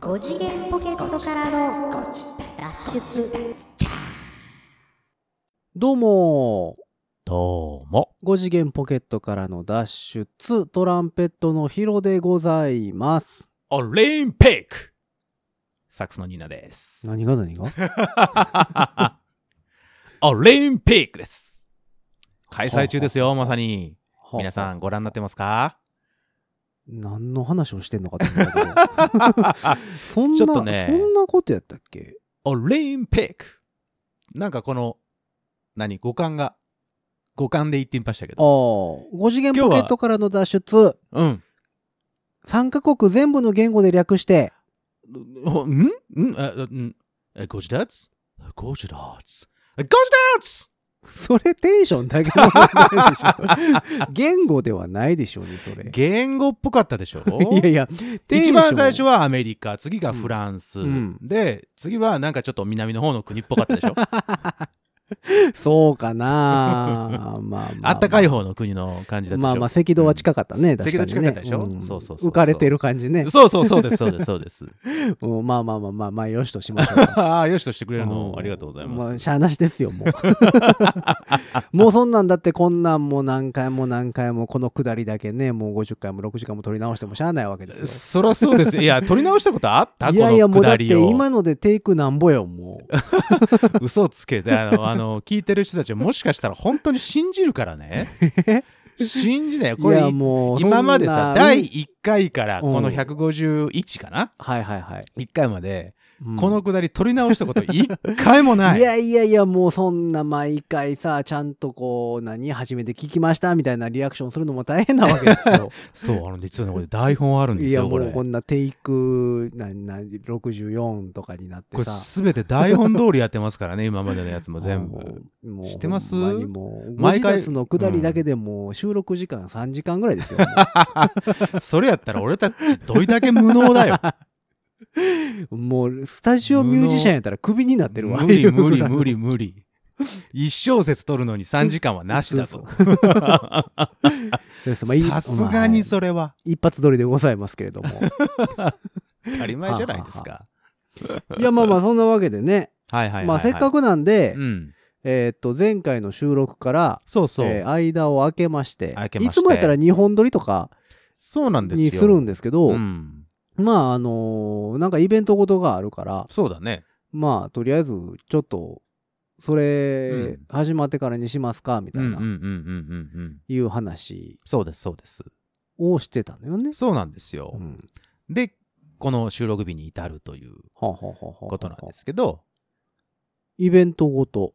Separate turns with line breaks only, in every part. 5次元ポケットからの脱出
どうも
どうも。
5次元ポケットからの脱出トランペットのヒロでございます
オリンピックサックスのニーナです。
何が何が
オリンピックです。開催中ですよ、まさに。皆さ
ん
んご覧になってますか
何の話をしてんのかと思ったけど そんな
ちょっとね
そんなことやったっけ
オリンピックなんかこの、何五感が、五感で言ってみましたけ
ああ
ど。
5次元ポケットからの脱出
うん。
3カ国全部の言語で略して
うんうんあうんえゴジダーツゴジダーツゴジダーツ
それテンションだけの問題でし ょ言語ではないでしょうねそれ
言語っぽかったでし ょ
いやいやテンショ
一
ン
番最初はアメリカ次がフランス、
うん
で次はなんかちょっと南の方の国っぽかったで しょ
そうかなまあまあ、まあ、
あったかい方の国の感じだったでしょ
まあまあ赤道は近かったね、確かにね
赤道近かったでしょ
うん
そうそうそうそ
浮
う
かれてる感じ ね、
そうそうそうですそうですそうです
うんまあまあまあまあまあよしとしましょう
ああよしとしてくれるの
ん
ありがとうござい
ま
ま
あ、
す、
しゃあなしですよ もうもうそんなんだってこんなんもう何回も何回もこの下りだけねもう50回も60回も取り直してもしゃあないわけです
そりゃそうですいや取り直したことあった
よいやいや
こ
も
の
うだ
下
って
りを
今のでテイクなんぼよもう
嘘つけてあのあの聞いてる人たちもしかしたら本当に信じるか らね信じないよこ
い
れ
やもうそんな
今までさ
うん
第1回からこの
うん
151かな、
はいはいはい、
1回まで
うん
このくだり取り直したこと一回もないい。
やいやいやもうそんな毎回さちゃんとこう何初めて聞きましたみたいなリアクションするのも大変なわけですよ
そう、あの、実はね、これ台本あるんで
い
す
や
よ、
も
こ
う
れ。
こ
こ
んなテイクなな64とかになって
れ
さ
すべて台本通りやってますからね、今までのやつも全部。
もうもう
知ってます
ほんまにもう毎
毎回
回の下りだけでもう収録時間3時間ぐらいですよ、
それやったら俺たちどいだけ無能だよ。
もうもうスタジオミュージシャンやったらクビになってるわ
無理無理
理
無理無理。一小節取るのに3時間はなしだ と。さすがにそれは
一発撮りでございますけれども
当たり前じゃないですか。
いやまあまあそんなわけでね、
はいはいはいはい。
まあせっかくなんで、
うん。
えーっと前回の収録から
そうそ
え
う
ー。間を空けまして
空けまして
いつもやったら2本撮りとか
そうなんですよ。
にするんですけど
うん。
まああのーなんかイベントごとがあるから
そうだね。
まあとりあえずちょっとそれ、
うん
始まってからにしますかみた
う
い
んうん
な、
うんうんうんうん。
いう話
そうですそうです。
をしてたのよね。
そうなんですよ。
うん
でこの収録日に至るという
はあはあはあはあ
ことなんですけど
イベントごと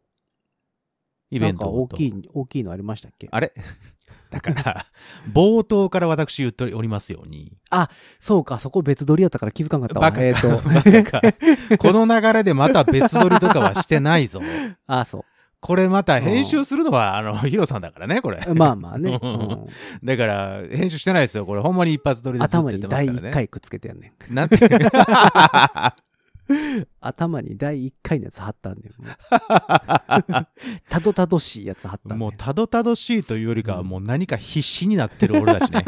イベント
なんか大き
い
い大きいのありましたっけ
あれ だから冒頭から私言っておりますように
そうかそこ別撮りやったから気づかんかったわ
バカか
えーっと
バカかこの流れでまた別撮りとかはしてない ぞ
あそ
これまた編集するのはあのヒロさんだからねこれ
うまあまあね、
う
うんん
だから編集してないですよこれほんまに一発撮りでずっと
頭
やっ
に
てま
第
すから
1
ね
回くっつけてやんねん
な んて
頭に第1回のやつ貼ったんだよ。もう たどたどしいやつ貼ったんだ
も
よ
う。たどたどしいというよりかはもう何か必死になってる俺た ちね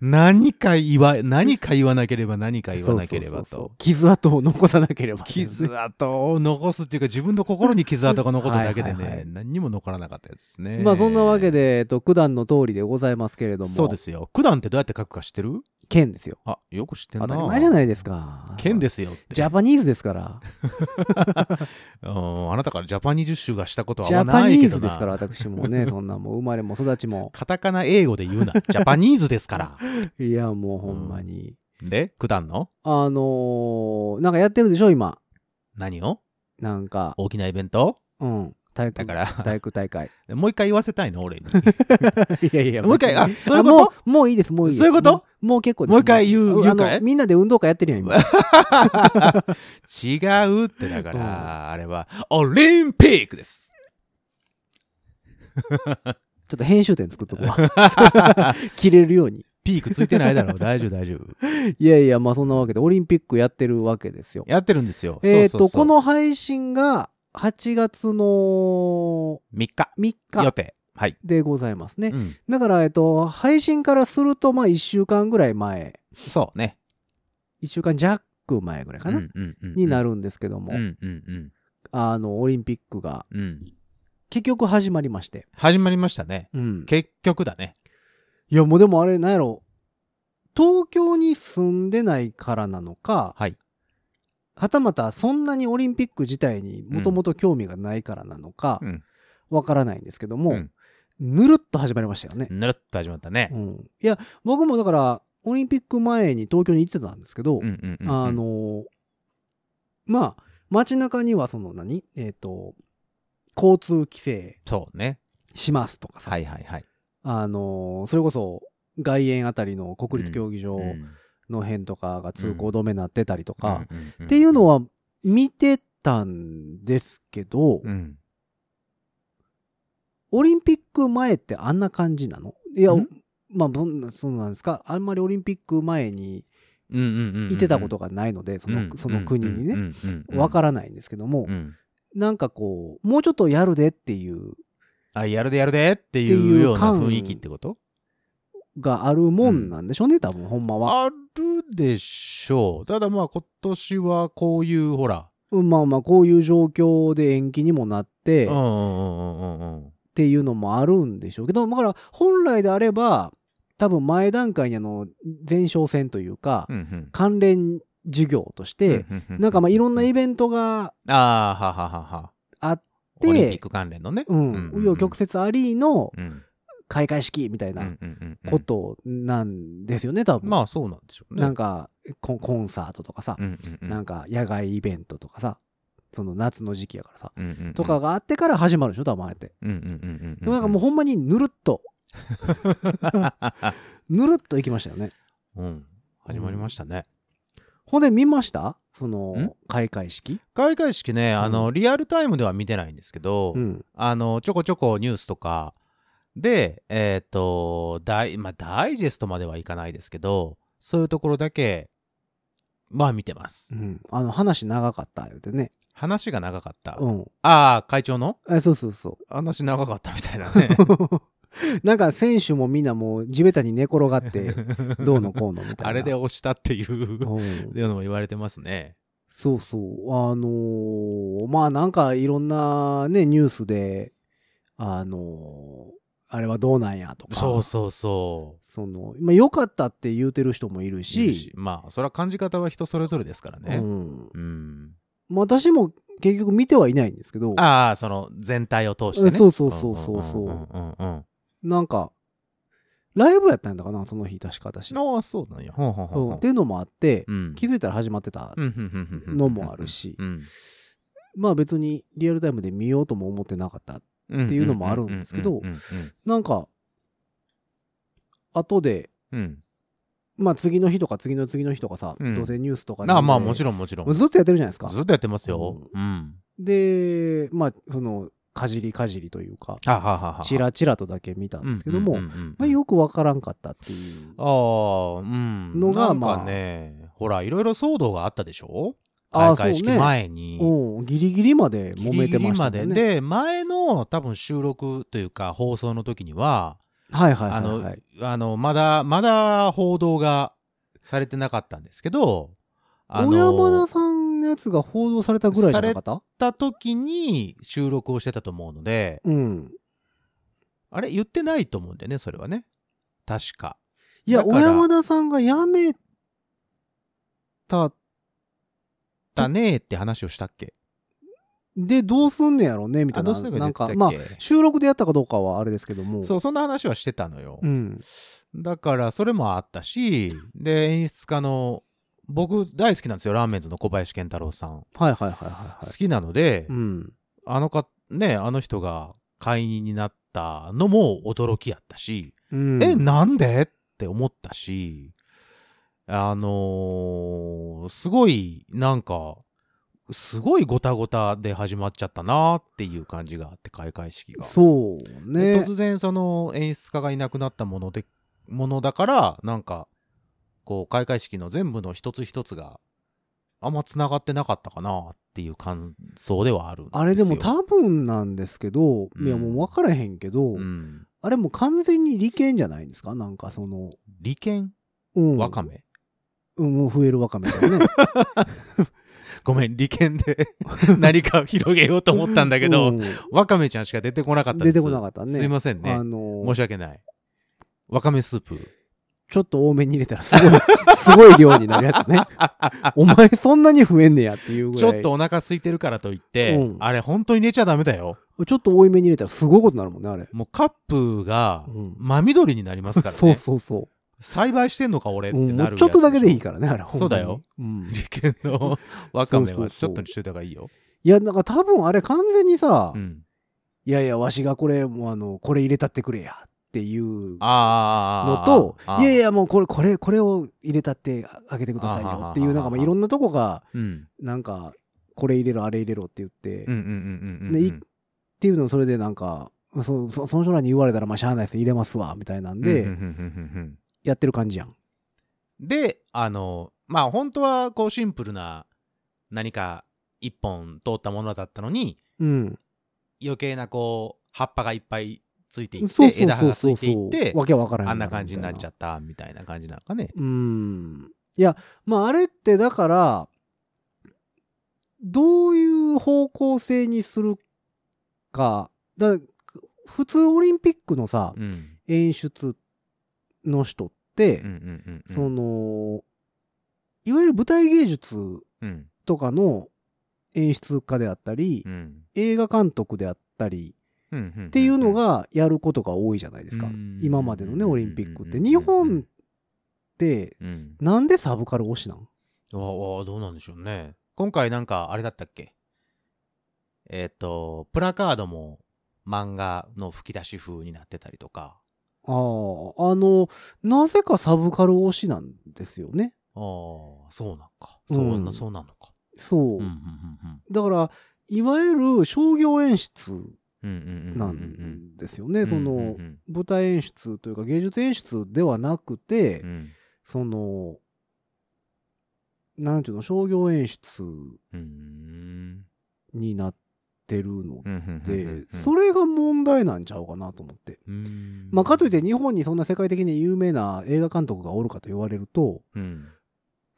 何か言わ何か言わなければ何か言わなけれ
そうそう
ば
そうそ
と
う傷跡を残さなければ。
傷跡を残すっていうか自分の心に傷跡が残っただけで
はいはいは
ね
い
何にも残らなかったやつですね
まあそんなわけで、えっと、九段の通りでございますけれども。。
そうですすよ九段ってどうやって書くか知ってる
剣ですよ。
あよく知ってん
当
な
たり前じゃないいですか。。
剣ですすよって
ジャパニーズですから。
うんあなたからジャパニーズ州がしたことは
ジ
あ
ャ
んま
パ
な
ニ
いけ
ー
ど
ズですから、
な
私も ね、そんなもう生まれも育ちも。
カタカナ英語 で言うなジャパニーズですから
いや、もうほんまに。
で九段の
あのー、なんかやってるでしょ、今。
何を
なんか、
大きなイベント
うん。体育
だから
体育大会。
もう一回言わせたいの 俺に。
いやいや
もう一回、あ、そうい
あ
うこ
もうもういいです、もういいです。
そういうこと
もうもう結構です。
もう一回言う
あ
言うかい
あのみんなで運動会やってるやん、 今。
と違うってだから、あれは、オリンピック です。
ちょっと編集点作っとくわ。切れるように。
ピークついてないだろう。大丈夫、大丈夫。
いやいや、まあそんなわけで、オリンピックやってるわけですよ。
やってるんですよ。
えっ、
そうそ
と、
うそう
こ、の配信が8月の
3日
3
予
日
定。はい。
でございますね。
うん
だから、えっ、と、配信からすると、まあ1週間ぐらい前。
そうね。
1週間弱ク前ぐらいかな、
うんうんうんうん
になるんですけども、
うんうんうん
あの、オリンピックが
うん
結局始まりまして。
始まりましたね。
うん
結局だね。
いや、もうでもあれ、なんやろ。東京に住んでないからなのか、
はい
はたまたそんなにオリンピック自体にもともと興味がないからなのか
う、ん。
わからないんですけども、
うん
ぬるっと始まりましたよね。
ぬるっと始まったね
う。ん、いや、僕もだから、オリンピック前に東京に行ってたんですけど、
うんうんうんうん
あの、ーまあ、街中にはその何えっ、と、交通規制
そうね。
しますとかさ、
はいはいはい。
あのーそれこそ外苑あたりの国立競技場
うん
の辺とかが通行止めになってたりとか、
うんんん
っていうのは見てたんですけど、
うん
オリンピック前ってあんな感じなのいや
ん、
まあ、どんな、そうなんですかあんまりオリンピック前に
うんうんうん
いてたことがないので、その、その国にね、わからないんですけども
う、ん
なんかこう、もうちょっとやるでっていう、
あやるでやるでっていうような雰囲気ってこと
があるもんなんでしょうね、多分、ほんまは。
あるでしょうただまあ今年はこういうほら
うんまあまあ、こういう状況で延期にもなって、
う
っ
んうんうんうんうん
ていうのもあるんでしょうけど、だから、本来であれば、多分前段階にあの、前哨戦というか、
うんうん
関連事業として、
うんうん
なんかまあ、いろんな
あ
イベントが
あーはははは
あっ
オリンピッ
て、
ク関連のね
うん、紆余曲
折
折ありの
うん
開会式みたい
うんう
なん
うんうん
ことなんですよね、多分。
まあそうなんでしょうね
なんかコン、コンサートとかさ、なん
か
か、野外イベントとかさ、その夏の時期やからさ、と
と
かがあってから始まるでしょ、多分ああやって。
うんうんうん
でもなんかもうほんまにぬるっと、ぬるっといきましたよね。
うん始まりましたね
ほんで見ましたそ
ん
の、開会式
開会式ね、あの、リアルタイムでは見てないんですけど、
うん。
あの、ちょこちょこニュースとかで、えっ、と、ダイ、まあ、ダイジェストまではいかないですけど、そういうところだけ、まあ見てます。
うん。あの、話長かった、言うてね。
話が長かった。
うん。
ああ、会長の
えそうそうそ
話長かったみたいなね。
う。 なんか選手もみんなもう地べたに寝転がって、 どうのこうのみたいな。
あれで押したっていう、
うん
いうのも言われてますね。
そうそう。あのーまあなんかいろんなね、ニュースで、あのーあれはどうなんやとか。
そうそうそう。
その、まあ良かったって言うてる人もいるし、
いるしまあ、それは感じ方は人それぞれですから
う
ね。
ん。
うん。
まあ私も結局見てはいないんですけど、
ああ、その全体を通してね。
そうそうそうそうそうん
んうんうん
なんか、ライブやったんだかな、その日確か私。
ああ、そうなんや。ほんほんほ
うん
ほ
ん、
ん
っていうのもあって、
うん
気づいたら始まってた。の
の
もあるし
うん
まあ別にリアルタイムで見ようとも思ってなかった。
って
いうのもあるんですけど
うんうん
なんか、後で、
うんうん
まあ次の日とか次の次の日とかさ、
うん
どうせニュースとか
あまあもち
ろ
ろんもちろん。
ずっとやってるじゃないですか。
ずっとやってますよ。
う
うん。
で、まあ、その、かじりかじりというか、
あはははは。
ちらちらとだけ見たんですけども、
うんうんうんうん
まあ、よくわからんかったっていう。
ああ、うん。
のが
なんかね、ほら、いろいろ騒動があったでしょ
あ
開
ー
会式
そうね
前に。
うん、ギリギリまで揉め
ギリギ
て
リ
ましたも
まで。
んね。
で、前の多分収録というか放送の時には、
はいはいは
あ
い、
の
はい。、
あの、まだ、まだ報道がされてなかったんですけど、あの
小山田さんのやつが報道されたぐらいじゃなかった
行った時に収録をしてたと思うので、
うん。
あれ言ってないと思うんだよね、それはね。確か。
いや、
だか
小
ら
山田さんが辞めた、
だねーって話をしたっけ
で、どうすんねやろうね、みたい
あ
な。
どうすんね
な
やろ
ん
うね
か、
って言
ま
っ
あ
てたっけ、
収録でやったかどうかはあれですけども。
そう、そんな話はしてたのよ。
うん。
だから、それもあったし、で、演出家の、僕大好きなんですよ、ラーメンズの小林健太郎さん。
はいはいはいはいは
好
い。
きなので、
うん。
あのか、ね、あの人が会員になったのも驚きやったし、
うん、
え、なんでって思ったし、あのーすごい、なんか、すごいごたごたで始まっちゃったなっていう感じがあって、開会式が。
そう
で
ね。
突然、その演出家がいなくなったもので、ものだから、なんか、こう、開会式の全部の一つ一つが、あんま繋がってなかったかなっていう感想ではあるんですよ。
あれでも多分なんですけど、
うん
いやもう分からへんけど、
うん、
あれもう完全に利権じゃないんですかなんかその、
利権
うん
わかめ
うん、もう増えるわかめだ よね。
ごめん、利権で 何か広げようと思ったんだけど、
うん
わかめちゃんしか出てこなかったで
出
す。
てこなかったね。
すいませんね
あ。の
申し訳ない。わかめスー プ。
ちょっと多めに入れたらすごい、 すごい量になるやつ ね。お前そんなに増えんねやっていうぐ
ち
らい。
ょっとお腹空いてるからといって、
うん
あれ本当に寝ちゃダメだよ。
ちょっと多いめに入れたらすごいことになるもんね、あれ。
もうカップが
うん
真緑になりますからね。
そうそうそう。
栽培してんのか俺って
うんも
な
う
る。
ちょっとだけでいい。からね、あれ。
そうだよ
ほんまに。うん
利権のわかめ
そうそう
は
そう
ちょっとにしといた方がいいよ。
いや、なんか多分あれ完全にさ、
うん。
いやいや、わしがこれ、もうあの、これ入れたってくれや、っていうの
ああ。
と
あ、ー
いやい、や、もうこれ、これ、これを入れたってあげてください
あははは
よ
は
っていう、なんかまあいろんなとこが、
うん。
なんか、これ入れろ、あれ入れろって言って、
うんうん
っ
うんうんうんうん。
でいていうのをそれでなんか、そそその人らに言われたら、まあしゃあないです、入れますわ、みたいなんで、
うんうんうんうんうんうん
やってる感じやん。
で、あの、まあ本当はこうシンプルな何か一本通ったものだったのに、
うん。
余計なこう葉っぱがいっぱいついていっ
そう
て
そう
枝葉
そう
がつ
そ
いうてい
そ
っ
う。
て
わけわからん
あんな感じになっちゃ
う。
ったみたいな感じなんかね
うん。いや、まああれってだから、どういう方向性にするか、だ普通オリンピックのさ、
うん
演出の人って、
うんうんうんうん
その、いわゆる舞台芸術
うん
とかの演出家であったり、
うん
映画監督であったり
うんうんうん
っていうのがやることが多いじゃないですか、
うん
今までのねオリンピックって
うん
日本って
うん
なんでサブカル推しなん
わわどうなんでしょうね今回なんかあれだったっけえっとプラカードも漫画の吹き出し風になってたりとか
あああのなぜかサブカル推しなんですよね
ああそうなんか
うん
そうなそうなのか
そう、
うんうん
だからいわゆる商業演出
うんうんうんうんうん
なんですよね、
うん
その、
うんうん
舞台演出というか芸術演出ではなくて、
うん
そのなんていうの商業演出
うん
になってるの
うんうんうんうんうんう
で
ん
それが問題なんちゃうかなと思って。
うん
まあ、かといって日本にそんな世界的に有名な映画監督がおるかと言われると、
うん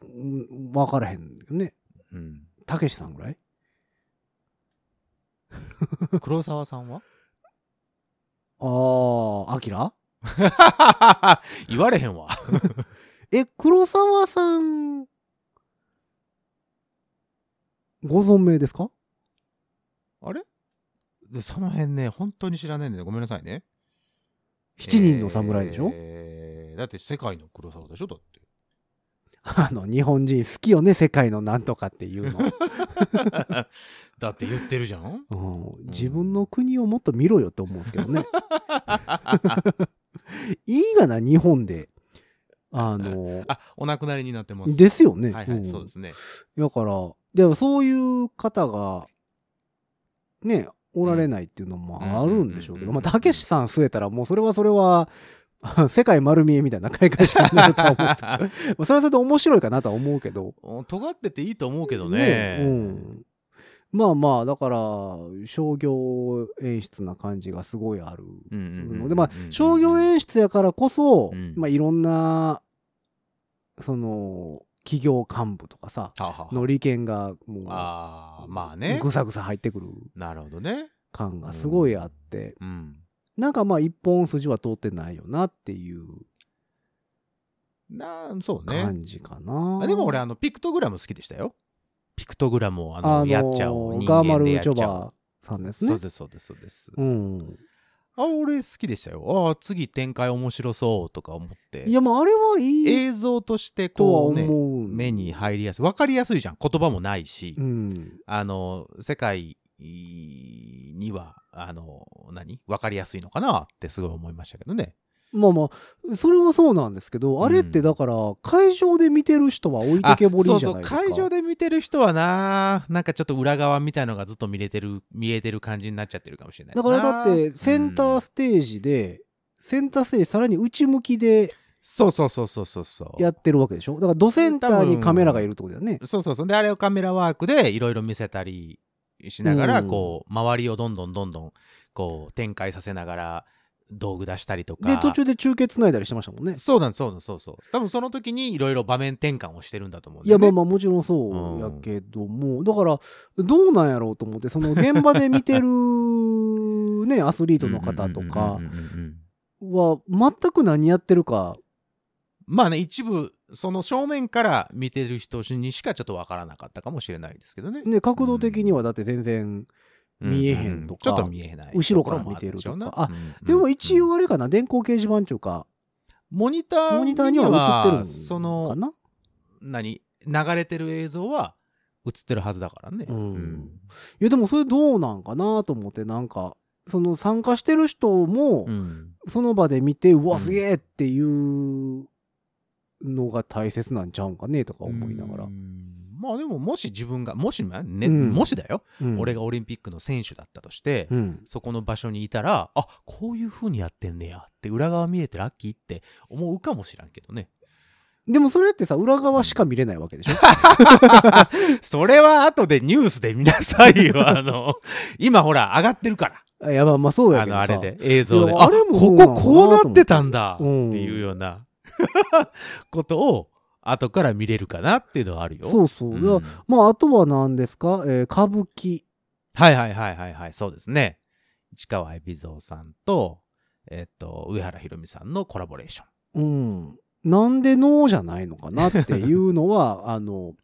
うん、分からへんよね。
うん
たけしさんぐらい
黒沢さんは
ああ、アキラ
言われへんわ。
え、黒沢さん、ご存命ですか
あれその辺ね、本当に知らないんで、ごめんなさいね。
七人の侍でしょ、
えーだって世界の黒沢でしょだって。
あの、日本人好きよね、世界のなんとかっていうの。
だって言ってるじゃん
うん、自分の国をもっと見ろよって思うんですけど ね。いいがな、日本で。あの、
あ、お亡くなりになってます。
ですよね。
はいはい、
ん
そうで すね。
だから、でもそういう方が、ね、おられないっていうのもあるんでしょうけど、
うんうんうんうん
まあ、たけしさん据えたら、もうそれはそれは、 世界丸見えみたいな開会式になると は思うんですけどまあそれはそれで面白いかなとは思うけど。
お尖ってていいと思うけど
ね
ね。
うん。まあまあ、だから、商業演出な感じがすごいある
うんうんうんうんうん
ので、まあ、商業演出やからこそ、
うん
まあ、いろんな、その、企業幹部とかさ、
はあはあ
の利権がもう、
あーまあね
ぐ。さぐさ入ってくる
なるほどね。
感がすごいあって、
うん。
なんかまあ一本筋は通ってないよなっていう
なそうね。
感じかな。
あでも俺あのピクトグラム好きでしたよピクトグラムをあの、
あの
やっちゃおう人
ガーマ
間
ル
で・やっち
チ
ゃ
ョ
おう
バさんです
そ
ね
う。ですそうですそうです、
うん。
あ俺好きでしたよああ次展開面白そうとか思って
いやまああれはいい
映像として
とは
こう
思
ね
う。
目に入りやすい分かりやすいじゃん言葉もないし、
うん。
あの世界にはあの何分かりやすいのかなってすごい思いましたけどね
まあまあ、それはそうなんですけど、あれってだから会場で見てる人は置いて
あ
けぼりじゃ
そ
ないうです
そう
か。
会場で見てる人はななんかちょっと裏側みたいのがずっと見れてる見えてる感じになっちゃってるかもしれない
だ
な
からだってセンター
うん
ステージで、センターステージさらに内向きで
そうそうそうそうそうそう。
やってるわけでしょだからドセンターにカメラがいるってことだよね。
そうそうそう。で、あれをカメラワークでいろいろ見せたりしながら、
うん
こう、周りをどんどんどんどん、こう、展開させながら、道具出したりとか
で途中で中継つないだりしてましたもんね
そうなんですそうなんですそうそう多分その時にいろいろ場面転換をしてるんだと思うん
い
だ
や
よね
まあまあもちろんそうやけども、だからどうなんやろうと思ってその現場で見てるね アスリートの方とか
うんうんうんうんうんうん
は全く何やってるか
まあね一部その正面から見てる人にしかちょっとわからなかったかもしれないですけどね
ね角度的にはだって全然、見えへんとか
うちょっと見えない
後ろから見てるとか
ところもあるんでしょうな
でも一
うん
応あれかな電光掲示板中か
モニター
モニターには映ってるのかな
その何流れてる映像は映ってるはずだからね、
うんいやでもそれどうなんかなと思ってなんかその参加してる人も、
うん
その場で見てう
う
わ
ん
すげえっていうのが大切なんちゃうんかねとか思いながら
う、んまあでももし自分がもしな、ね
うん
もしだよ、
うん
俺がオリンピックの選手だったとして、
うん
そこの場所にいたらあこういう風にやってんねやって裏側見えてラッキーって思うかもしらんけどね
でもそれってさ裏側しか見れないわけでしょ
それは後でニュースで見なさい よあの今ほら上がってるから
いやまあまあそうや
あ
けど
の
さ
あれで映像で
いや
あ
あれも
こここうなってたんだって
うん
いうような ことを後から見れるかなっていうのはあるよ。
そうそう、
う
いや
ん
まああとは何ですか、えー歌舞伎
はいはいはいはいはいそうですね。市川海老蔵さんと,、えっと上原ひろみさんのコラボレーション。
うんなんでノーじゃないのかなっていうの はあの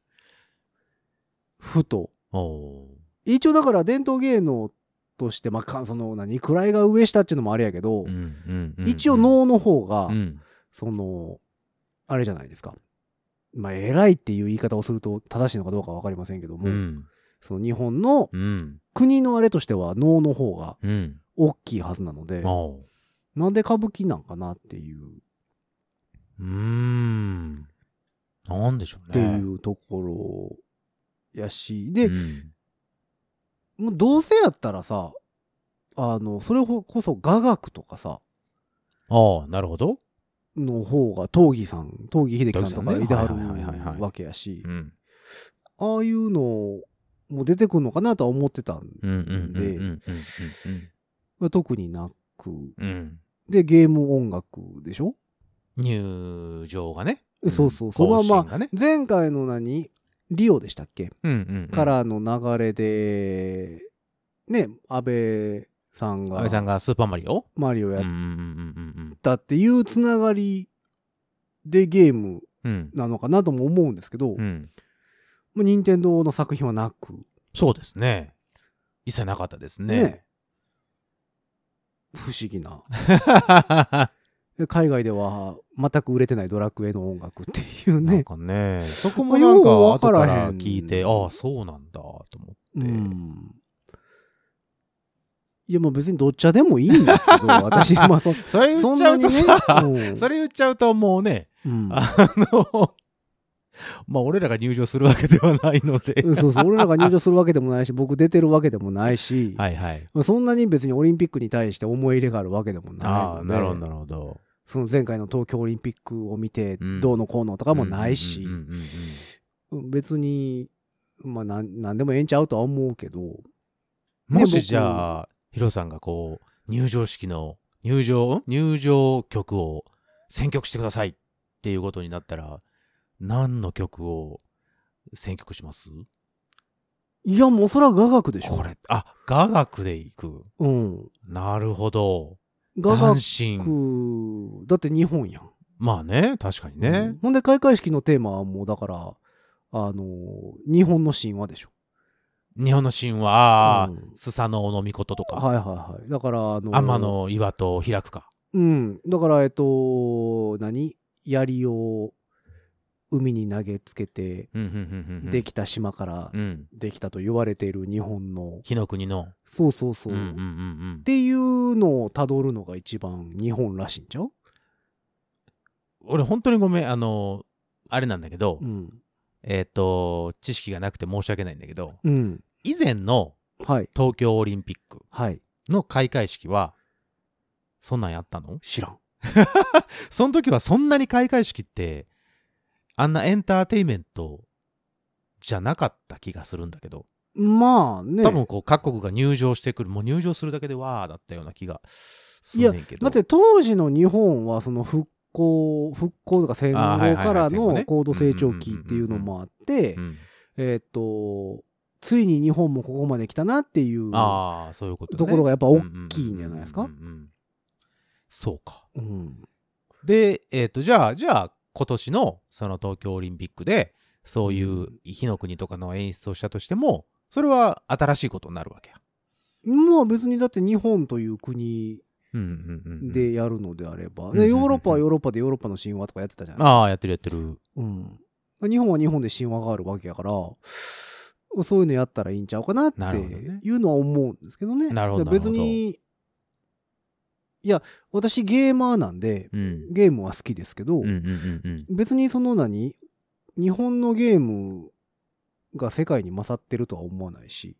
ふと
お
一応だから伝統芸能としてまあかその何位が上下っていうのもあれやけど、一応
の
能の方が、
うん
そのあれじゃないですかまあ偉いっていう言い方をすると正しいのかどうか分かりませんけども、
うん
その日本の
うん
国のあれとしては能の方が
うん
大きいはずなので、
おう
なんで歌舞伎なんかなっていう、
うーんなんでしょうね。
っていうところやしで、
うん
もうどうせやったらさあのそれこそ雅楽とかさ
ああなるほど。
の方が東儀さん東儀秀樹さんとかいては
東儀さんねはいはいはいはい
るわけやし
うん
ああいうのも出てくるのかなとは思ってたん
うんうんうんうん
で
うん
まあ特になく
うんうん
でゲーム音楽でしょ
入場がね。
えそうそうそのまんま
更新がね
前回の何リオでしたっけ、
うんうんうん
からの流れでね安倍さん
安
が
倍さんがスーパーマリオ
マリオ
うん
や
う
っ
んうん
たっていうつながりでゲーム
うんうん
なのかなとも思うんですけど、
うんうん
まあ任天堂の作品はなく
そうですね。一切なかったです
ね
ね。
不思議なで海外では全く売れてないドラクエの音楽っていう
なん
ね
かね、そこもなんか
ようわ
後
か
から
へ
ら
ん
聞いて、ああ、そうなんだと思っ
う
て。
んいやまあ別にどっちゃでもいいんですけ ど私まあそ
それ言
そ
っ
ん
ちゃ
な
う
に
と
ね
さ、
うん
それ言っちゃうともう ね、
うん
あの、まあ俺らが入場するわけではないので。
うんそうそう俺らが入場するわけでもないし僕出てるわけでもないし、
はいはい。
まあそんなに別にオリンピックに対して思い入れがあるわけでも
あ
な
あ、
い
なるほど、
の
な
で
るほど。
その前回の東京オリンピックを見て
うん
どうのこうのとかもないし、
うんうんうんうんうん
別に、まあ、なんなんでもええんちゃうとは思うけど、ね
もしじゃあ、ヒロさんがこう、入場式の、入場、ん入場曲を選曲してくださいっていうことになったら、何の曲を選曲します
いや、もうそれは雅楽でしょ。
これ、あ、雅楽でいく。
うん。
なるほど。
雅
斬
楽、
新。
だって日本やん。
まあね、確かに
う
ね
ん。ほんで、開会式のテーマはもうだから、あのー日本の神話でしょ。
日本の神話、
うん
スサノオノミコトとか、
はいはいはい。だから、あのー
天の岩戸を開くか。
うん。だから、えっと、何槍を海に投げつけて、
うんうんうんうんうん
できた島から
うん。
できたと言われている日本の、
火の国の。
そうそうそうう。
んうんうんう
っ
ん。
ていうのをたどるのが一番日本らしいんちゃう
俺本当にごめんあのあれなんだけど、
うん。
えっ、と知識がなくて申し訳ないんだけど
うん。
以前の
はい。
東京オリンピック
はい。
の開会式はそんなんやったの
知らん。
その時はそんなに開会式ってあんなエンターテインメントじゃなかった気がするんだけど
まあね
多分こう各国が入場してくるもう入場するだけでわーだったような気がすんねんけど
だって当時の日本はその復興復興とか戦
あーは
後
いはいはい
から
戦後
の
ね
高度成長期っていうのもあって
うん
えーっとついに日本もここまで来たなっていうと
ああそういうことね
ころがやっぱ大きいんじゃないです
う
か
んう。んうんうんそうか
うん
でえっ、とじゃあじゃあ今年のその東京オリンピックでそういう火の国とかの演出をしたとしてもそれは新しいことになるわけや、
まあ別にだって日本という国
うんうんうんうん、
でやるのであれば、
んうんうん
でヨーロッパはヨーロッパでヨーロッパの神話とかやってたじゃない、
ああやってるやってる
うん、日本は日本で神話があるわけやからそういうのやったらいいんちゃうかなって
なるほどね
いうのは思うんですけどね
なるほど
だから別にいや私ゲーマーなんで
うん
ゲームは好きですけど、
うんうんうんうん
別にその何日本のゲームが世界に勝ってるとは思わないし、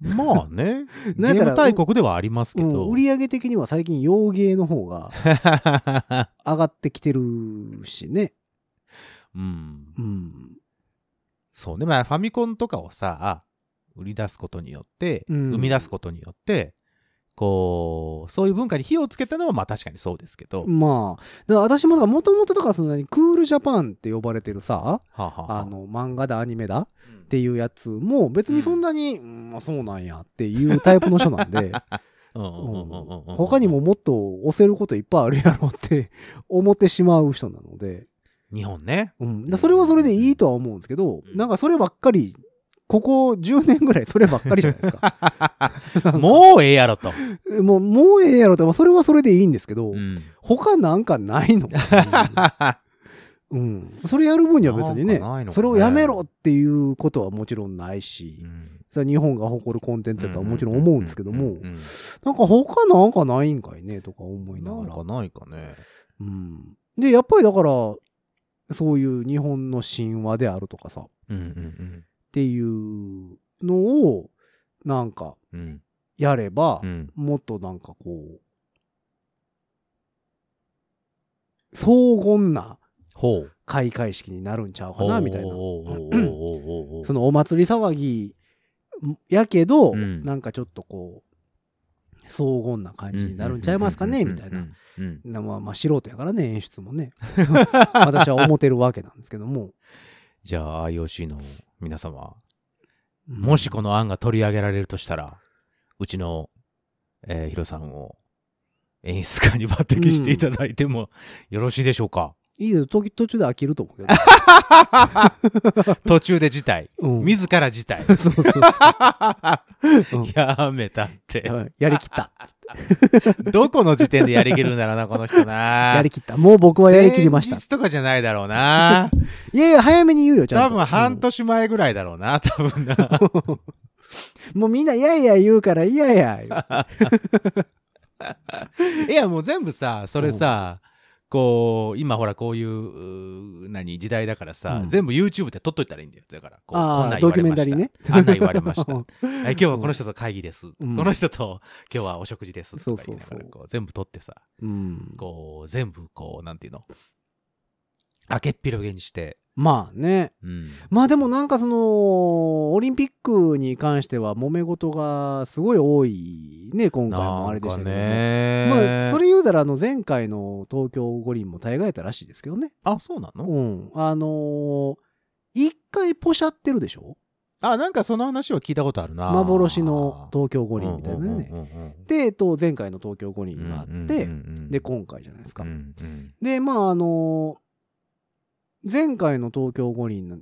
まあね ゲ
なんや
ー
ったら
ム大国ではありますけ
う
ど、
ん、売り上げ的には最近洋芸の方が上がってきてるしね
うん
うん
そうね、まあ、ファミコンとかをさ、売り出すことによって、
うん
生み出すことによって、こう、そういう文化に火をつけたのは、まあ確かにそうですけど、は
まあ、だから私もだからもともとだからその何クールジャパンって呼ばれてるさ、
あはあはあ
あの漫画だアニメだっ
うん
ていうやつも別にそんなに、うんまあそうなんやっていうタイプの人 なんで、
うん
う
うんうんうんうん
ん他にももっと押せることいっぱいあるやろって 思ってしまう人なので、
日本ね、
うん、だからそれはそれでいいとは思うんですけど、
うん
なんかそればっかり、ここ10年ぐらいそればっかりじゃない ですか。
もうええやろと。
もう、もうええやろって、まあそれはそれでいいんですけど、
うん
他なんかないの うん、それやる分には別にね
なんかないのかね
それをやめろっていうことはもちろんないし、
うん
それは日本が誇るコンテンツだとはもちろん思うんですけども、
うんうん
なんか他なんかないんかいねとか思
う
い
ん
なが
なん
ら
か、ないかね。
うん、でやっぱりだからそういう日本の神話であるとかさっ
うんうん
ていうのをなんか
うんうん
やれば、
うん
もっとなんかこう荘厳な
ほう。
開会式になるんちゃうかなみたいな。
ほうほうほうほうほうほう
そのお祭り騒ぎやけど、
うん
なんかちょっとこう荘厳な感じになるんちゃいますかねみたい。
う
なん
うんうんうんうん
なまあまあ素人やからね演出もね 私は思ってるわけなんですけども、
じゃあ IOC の皆様、
うん
もしこの案が取り上げられるとしたら、うちの、えーヒロさんを演出家に抜擢していただいても、よろしいでしょうか
いいよ時途中で飽きると思 うけど、
途中で辞退。
うん
自ら辞退。
そうそうそううん
やめたって。
はいやりきった
どこの時点でやりきるんだろうな、この人な。
やりきったもう僕はやりきりました
先日とかじゃないだろうな。
いやいや早めに言う よちゃ
多
んと
分半、年前ぐらいだろうな、多分な。
うんもうみんないやいや言うからいやい や言う
いやもう全部さそれさ、こう今ほらこういううー何時代だからさ、
うん
全部 YouTube で撮っといたらいいんだよだからこう
あー
こんなん言われ
ドキ
ました
ュメンタリーね
あんなん言われました、
う
は
ん
い、今日はこの人と会議で
う
す、
ん
この人と今日はお食事ですとか言いな
そ
が
うそう
ら
そう
こう全部撮ってさ
うん
こう全部こうなんていうの開けっぴろげにして、
まあね
うん、
まあでもなんかそのオリンピックに関しては揉め事がすごい多いね今回もあれでしたけどね。
ね
まあ、それ言うたらあの前回の東京五輪も大概やったらしいですけどね。
あそうなの、
うん。あのー一回ポシャってるでしょ
あなんかその話は聞いたことあるな
幻の東京五輪みたいな
うんうん
ね。
うんうん
で、えっと、前回の東京五輪があっ
うんうんう
て、
ん
で、今回じゃないですか
う。んうん
で、まああのー前回の東京五輪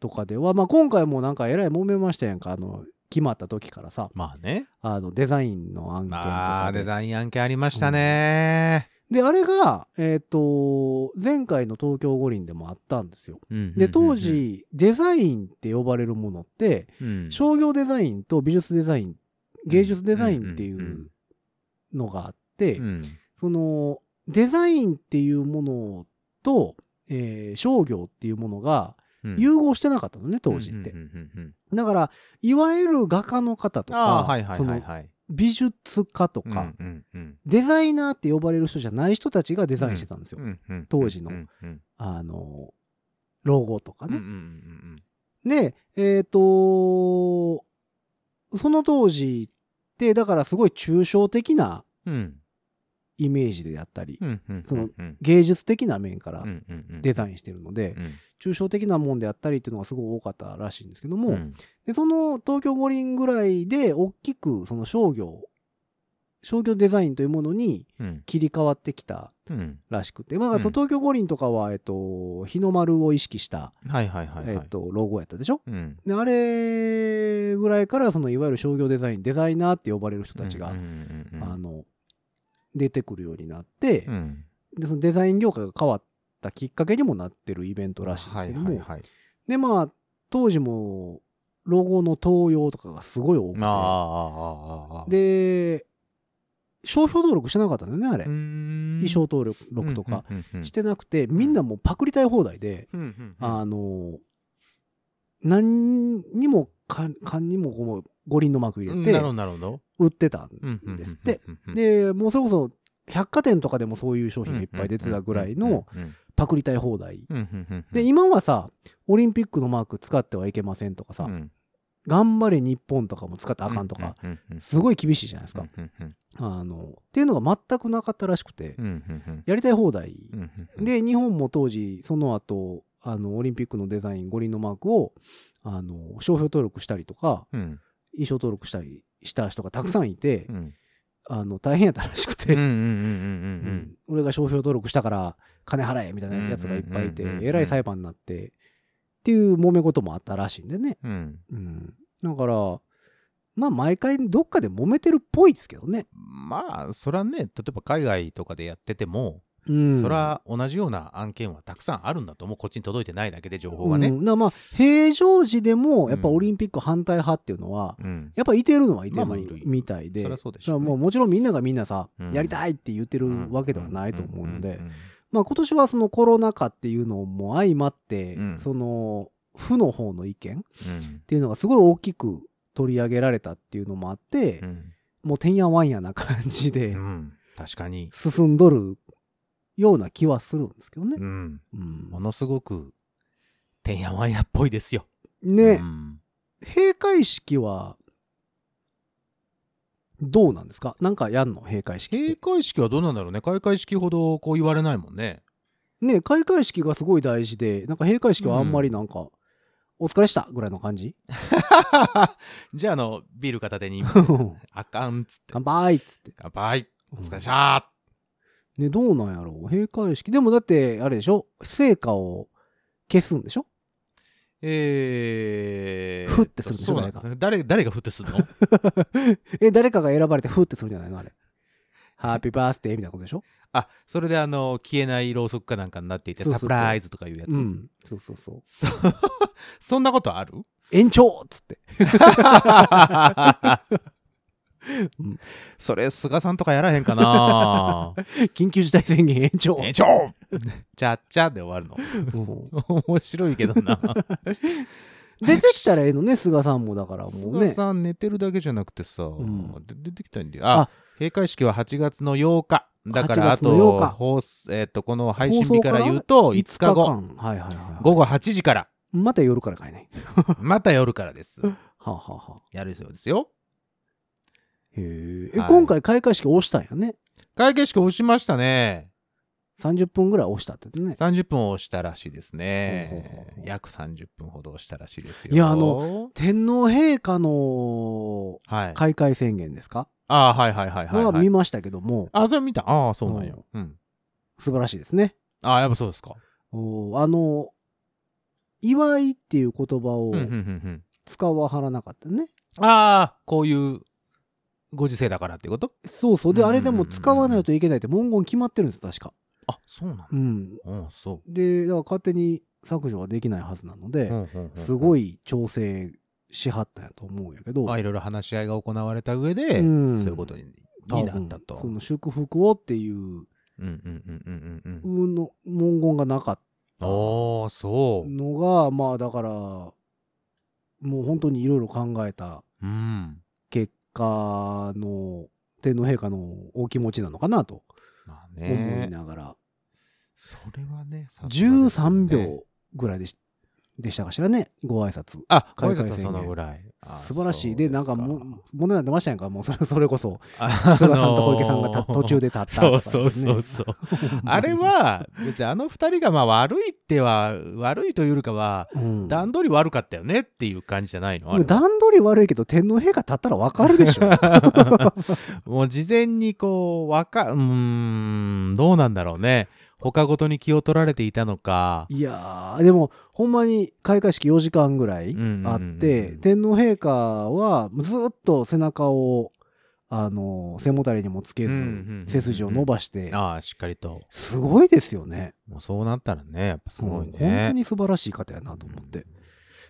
とかでは、まあ今回もなんかえらい揉めましたやんか、あの、決まった時からさ、
まあね。
あのデザインの案件と
ま
か
あ、
で。
デザイン案件ありましたね。
で、あれが、えっ、と、前回の東京五輪でもあったんですよ。で、
で
当、時、デザインって呼ばれるものって、
うん
商業デザインと美術デザイン、芸術デザインってい
ん
うんうのがあって、
うん
その、デザインっていうものと、えー商業っていうものが
うん
融合してなかったのね、当時って
うん。うんうんうん
だから、いわゆる画家の方と
ああ、
か
はいはい、
そ
はい
の
はい。
美術家とか、
うんうん
デザイナーって呼ばれる人じゃない人たちがデザインしてたんですよ。
うんうん
当時の
うんうん
あの、ロゴとか
うんうんうん
ね。で、えっ、とその当時ってだからすごい抽象的な
うん。
イメージでやったり、
うん。うん。
その
うん、うん
芸術的な面から
うんうん。
デザインしてるので、
うん、
抽象的なもんであったりっていうのがすごい多かったらしいんですけども、
うん
でその東京五輪ぐらいで大きくその商業商業デザインというものに
うん。
切り替わってきた
うん。
らしくて、まあ、だからその東京五輪とかは、えっと、日の丸を意識した、
はいはいはいはい。
えっと、ロゴやったでしょ
うん。
であれぐらいからそのいわゆる商業デザインデザイナーって呼ばれる人たちが、
うんうんうんうん
あの出てくるようになって、
うん
でそのデザイン業界が変わったきっかけにもなってるイベントらしいんで
は
すけ
い
ども、
はいはい。
でまあ当時もロゴの登用とかがすごい多
ああ
く
ああああああ。
てで商標登録してなかったんだよねあれ、
うーん、
衣装登録とか
うんうんうんうん
してなくて、みんなもうパクりたい放題で、
うんうんうん
あの何にもか勘にもこの五輪の幕入れ
なる
て
ほどなるほど。
売ってたん
うんうんうんうんうん
ですって、でもうそれこそ百貨店とかでもそういう商品がいっぱい出てたぐらいの
うんうん
パクりたい放題
うんうんうんうん、
で今はさオリンピックのマーク使ってはいけませんとかさ、
うん
頑張れ日本とかも使ったらあかんとか、
うんうんうんうん
すごい厳しいじゃないですか。
うんうん
あのっていうのが全くなかったらしくて、
うんうんうん
やりたい放題。
うんうんうん、
で、日本も当時、その後、あの、オリンピックのデザイン、五輪のマークを、あの、商標登録したりとか、
うん
衣装登録したりした人がたくさんいて、
うんうん
あの、大変やったらしく
う
て、
んうんうん
う
うんん
俺が商標登録したから、金払えみたいなやつがいっぱいいて、
うんうんうんうん
えらい裁判になって、っていう揉め事もあったらしいんでね。
うんうん、
うん。だから、まあ、毎回どっかで揉めてるっぽいですけどね。
まあそらね例えば海外とかでやってても、
うん。
そら同じような案件はたくさんあるんだと思うこっちに届いてないだけで情報がね、
うんだからまあ平常時でもやっぱオリンピック反対派っていうのは、
うん
やっぱいてるのはいて
ま
る
あまあいるいる
みたいで、
そりゃそうでしょう
だか
ね
らもうもちろんみんながみんなさ、
うん
やりたいって言ってるわけではないと思うので、
んん
まあ今年はそのコロナ禍っていうのも相まって、
うん
その負の方の意見っ
うん
ていうのがすごい大きく取り上げられたっていうのもあって、
うん
もうてんやわんやな感じ
う
で
ん、確かに、
進んどるような気はするんですけどね。
うん、
うん
ものすごくてんやわんやっぽいですよ。
ね、
うん
閉会式はどうなんですかなんかやんの閉会式っ
閉
て
会式はどうなんだろうね開会式ほどこう言われないもんね。
ね開会式がすごい大事でなんか閉会式はあんまりなんか、お疲れしたぐらいの感 じ
じゃああのビール片手に
乾
あかんっつって
杯っつって、
乾杯お疲れっしたー
ね、どうなんやろう閉会式でもだってあれでしょ成果を消すんでしょ
えー、
ふってするんでしょ
そうなんだ誰誰がふってする の
え誰かが選ばれてフってするんじゃないのあれハッピーバースデーみたいなことでしょ
あそれであの消えないろうそくかなんかになっていて
そうそう
サ
そう
プライズとかいうやつ、
うんそうそうそう
そ そんなこと ある
延長っつってん
それ菅さんとかやらへんかな
緊急事態宣言延長
えちょちゃっちゃで終わるの
うん
面白いけど な。
出てきたらええのね菅さんもだからもう
菅
ね
さん寝てるだけじゃなくてさ、
ん
で出てきたんで、あ
あ
閉会式は8月の8日。だから
8
あ
月の8
と
日
放送えっとこの配信日から言うと5日後
間はいはいはい
午後8時から
また夜からかいね
また夜からです。
はあ、はあはあ、
やるそうですよ。
へええ
はい
今回開会式押したんやね
会計式押しましたね。
30分ぐらい押したって言ってね
30分押したらしいです
ほうほうほう
ね
ほ。う
約30分ほど押したらしいですよ。
いやあの、天皇陛下の
はい。
開会宣言ですか
あーはいはいはいはい、
は
はい
見。ましたけども
あ、それ見た。ああ、そうなんよ。うん。
素晴らしいですね
ああ、やっぱそうですか。
おあの祝いっていう言葉を
うんうんうんうん。
使わはらなかったね、
ああ、こういうご時世だからっていうこと
そうそうで、
うんうんうん
あれでも使わないといけないって文言決まってるんです確か
あそうなの
うん
うん、そ
でだから勝手に削除はできないはずなので、
う。
す
い。
ごい調整しはったんやと思うんやけど、
まあ、いろいろ話し合いが行われた上で、
うん
そういうことに
多分
になったと。
その祝福をっていう
うんうんうんうんうんうん。
の文言がなかった
ああ、そう。
のがまあだからもう本当にいろいろ考えた
うん。
結果の天皇陛下のお気持ちなのかなと
まあ
思い
ね。
ながら、
それはね、さすがですよね
13秒ぐらいでしでしたかしらね、ご挨拶。
あ、ご
開
挨
会
拶は
宣言
そのぐらい。あ
素晴らしい。で、なんかも、
そう
問題になってましたやんか、もうそれそれこそ、
す か
菅さんと小池さんが
あの
た
ー
途中で立った
そう
とかね。
そうそうそう。 あれは、別にあの二人がまあ悪いっては、悪いというよりかは、
うん、段
段取り悪かったよねっていう感じじゃないのあれは
取り悪いけど、天皇陛下立ったらわかるでしょ。
もう事前にこう、わか、うーん、どうなんだろうね。他ごとに気を取られていたのか。
いやーでもほんまに開会式4時間ぐらい
うんうんうん
あっ
うん
て、天皇陛下はずっと背中をあの背もたれにもつけず、
うんうんうんうん
背筋を伸ばして、
ああ、しっかりと。
すごいですよね
もうそうなったらね、やっぱすごいね。
うん本当に素晴らしい方やなと思って、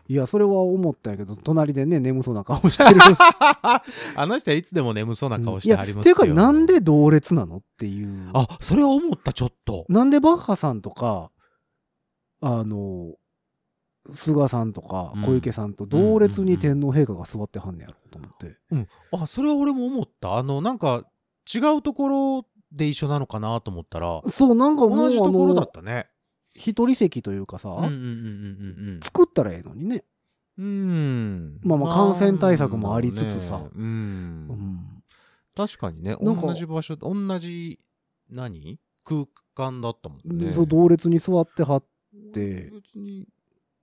いやそれは思ったんやけど隣でね眠そうな顔してる
あの人はいつでも眠そうな顔してはり
いや
ま
っ
す
てい
よ。
うかなんで同列なのっていう
あ、それは思った、ちょっと。
なんでバッハさんとかあの菅さんとか
うん
小池さんと同列に天皇陛下が座ってはんねやろと思って、
あ、それは俺も思った。あの、なんか、違うところで一緒なのかなと思ったら、
そうなんかもう
同じところだ
あの
ったね。
一人席というかさ、
うんうんうんうん
作ったらええのにね、
うんうん。
まあまあ感染対策もありつつさ
なんだろうねうん
うん
確かにね、
なんか
同じ場所、同じ、何空間だったもんね。
そう同列に座ってはって
別に、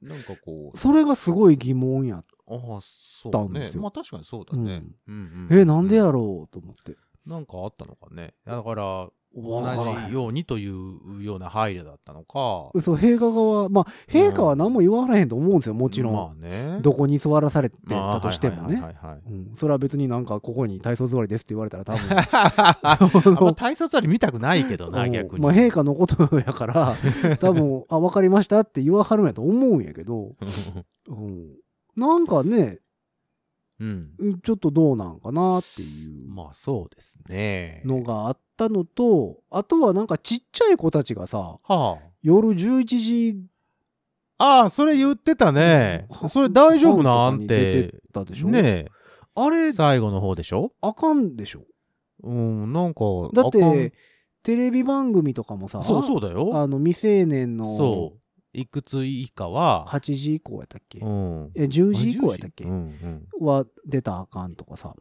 なんかこう、
それがすごい疑問や、
ああ、そ
た
うん
で
ね
す。よ
まあ確かにそうだね。うんう
えなんでや
う
ろうと思って
なんかあったのかね。だから、同
わからへん
じようにというような配慮だったのか。
そう陛下側まあ陛下は何も言わはらへんと思うんですよもちろん、
まあね。
どこに座らされて
まあ
たとしてもね、
はいはいはいはい
うん、それは別になんかここに体操座りですって言われたら多分
あ
そ
んま
の
大卒あり見たくないけど
う
な、
ん
逆に。
まあ、陛下のことやから 多分あ分かりましたって言わはるんやと思うんやけど、うん、なんかね
うん。
ちょっとどうなんかなっていう
まあそうですね。
のがあったのとあとはなんかちっちゃい子たちがさ
は
夜11時
あ。ああ、それ言ってたね。それ大丈夫なん
出
て
て。たでしょ、
ね
あ
え。
れ
最後の方でしょ
あかんでしょ
うん、なんか。
だっ
あかん
てテレビ番組とかもさ
そうそうだよ。
あの未成年の
そう。いくつ以下は、
8時以降やったっけ、
うん。
え10時以降やったっけ、
うんうん。
は出たらあかんとかさ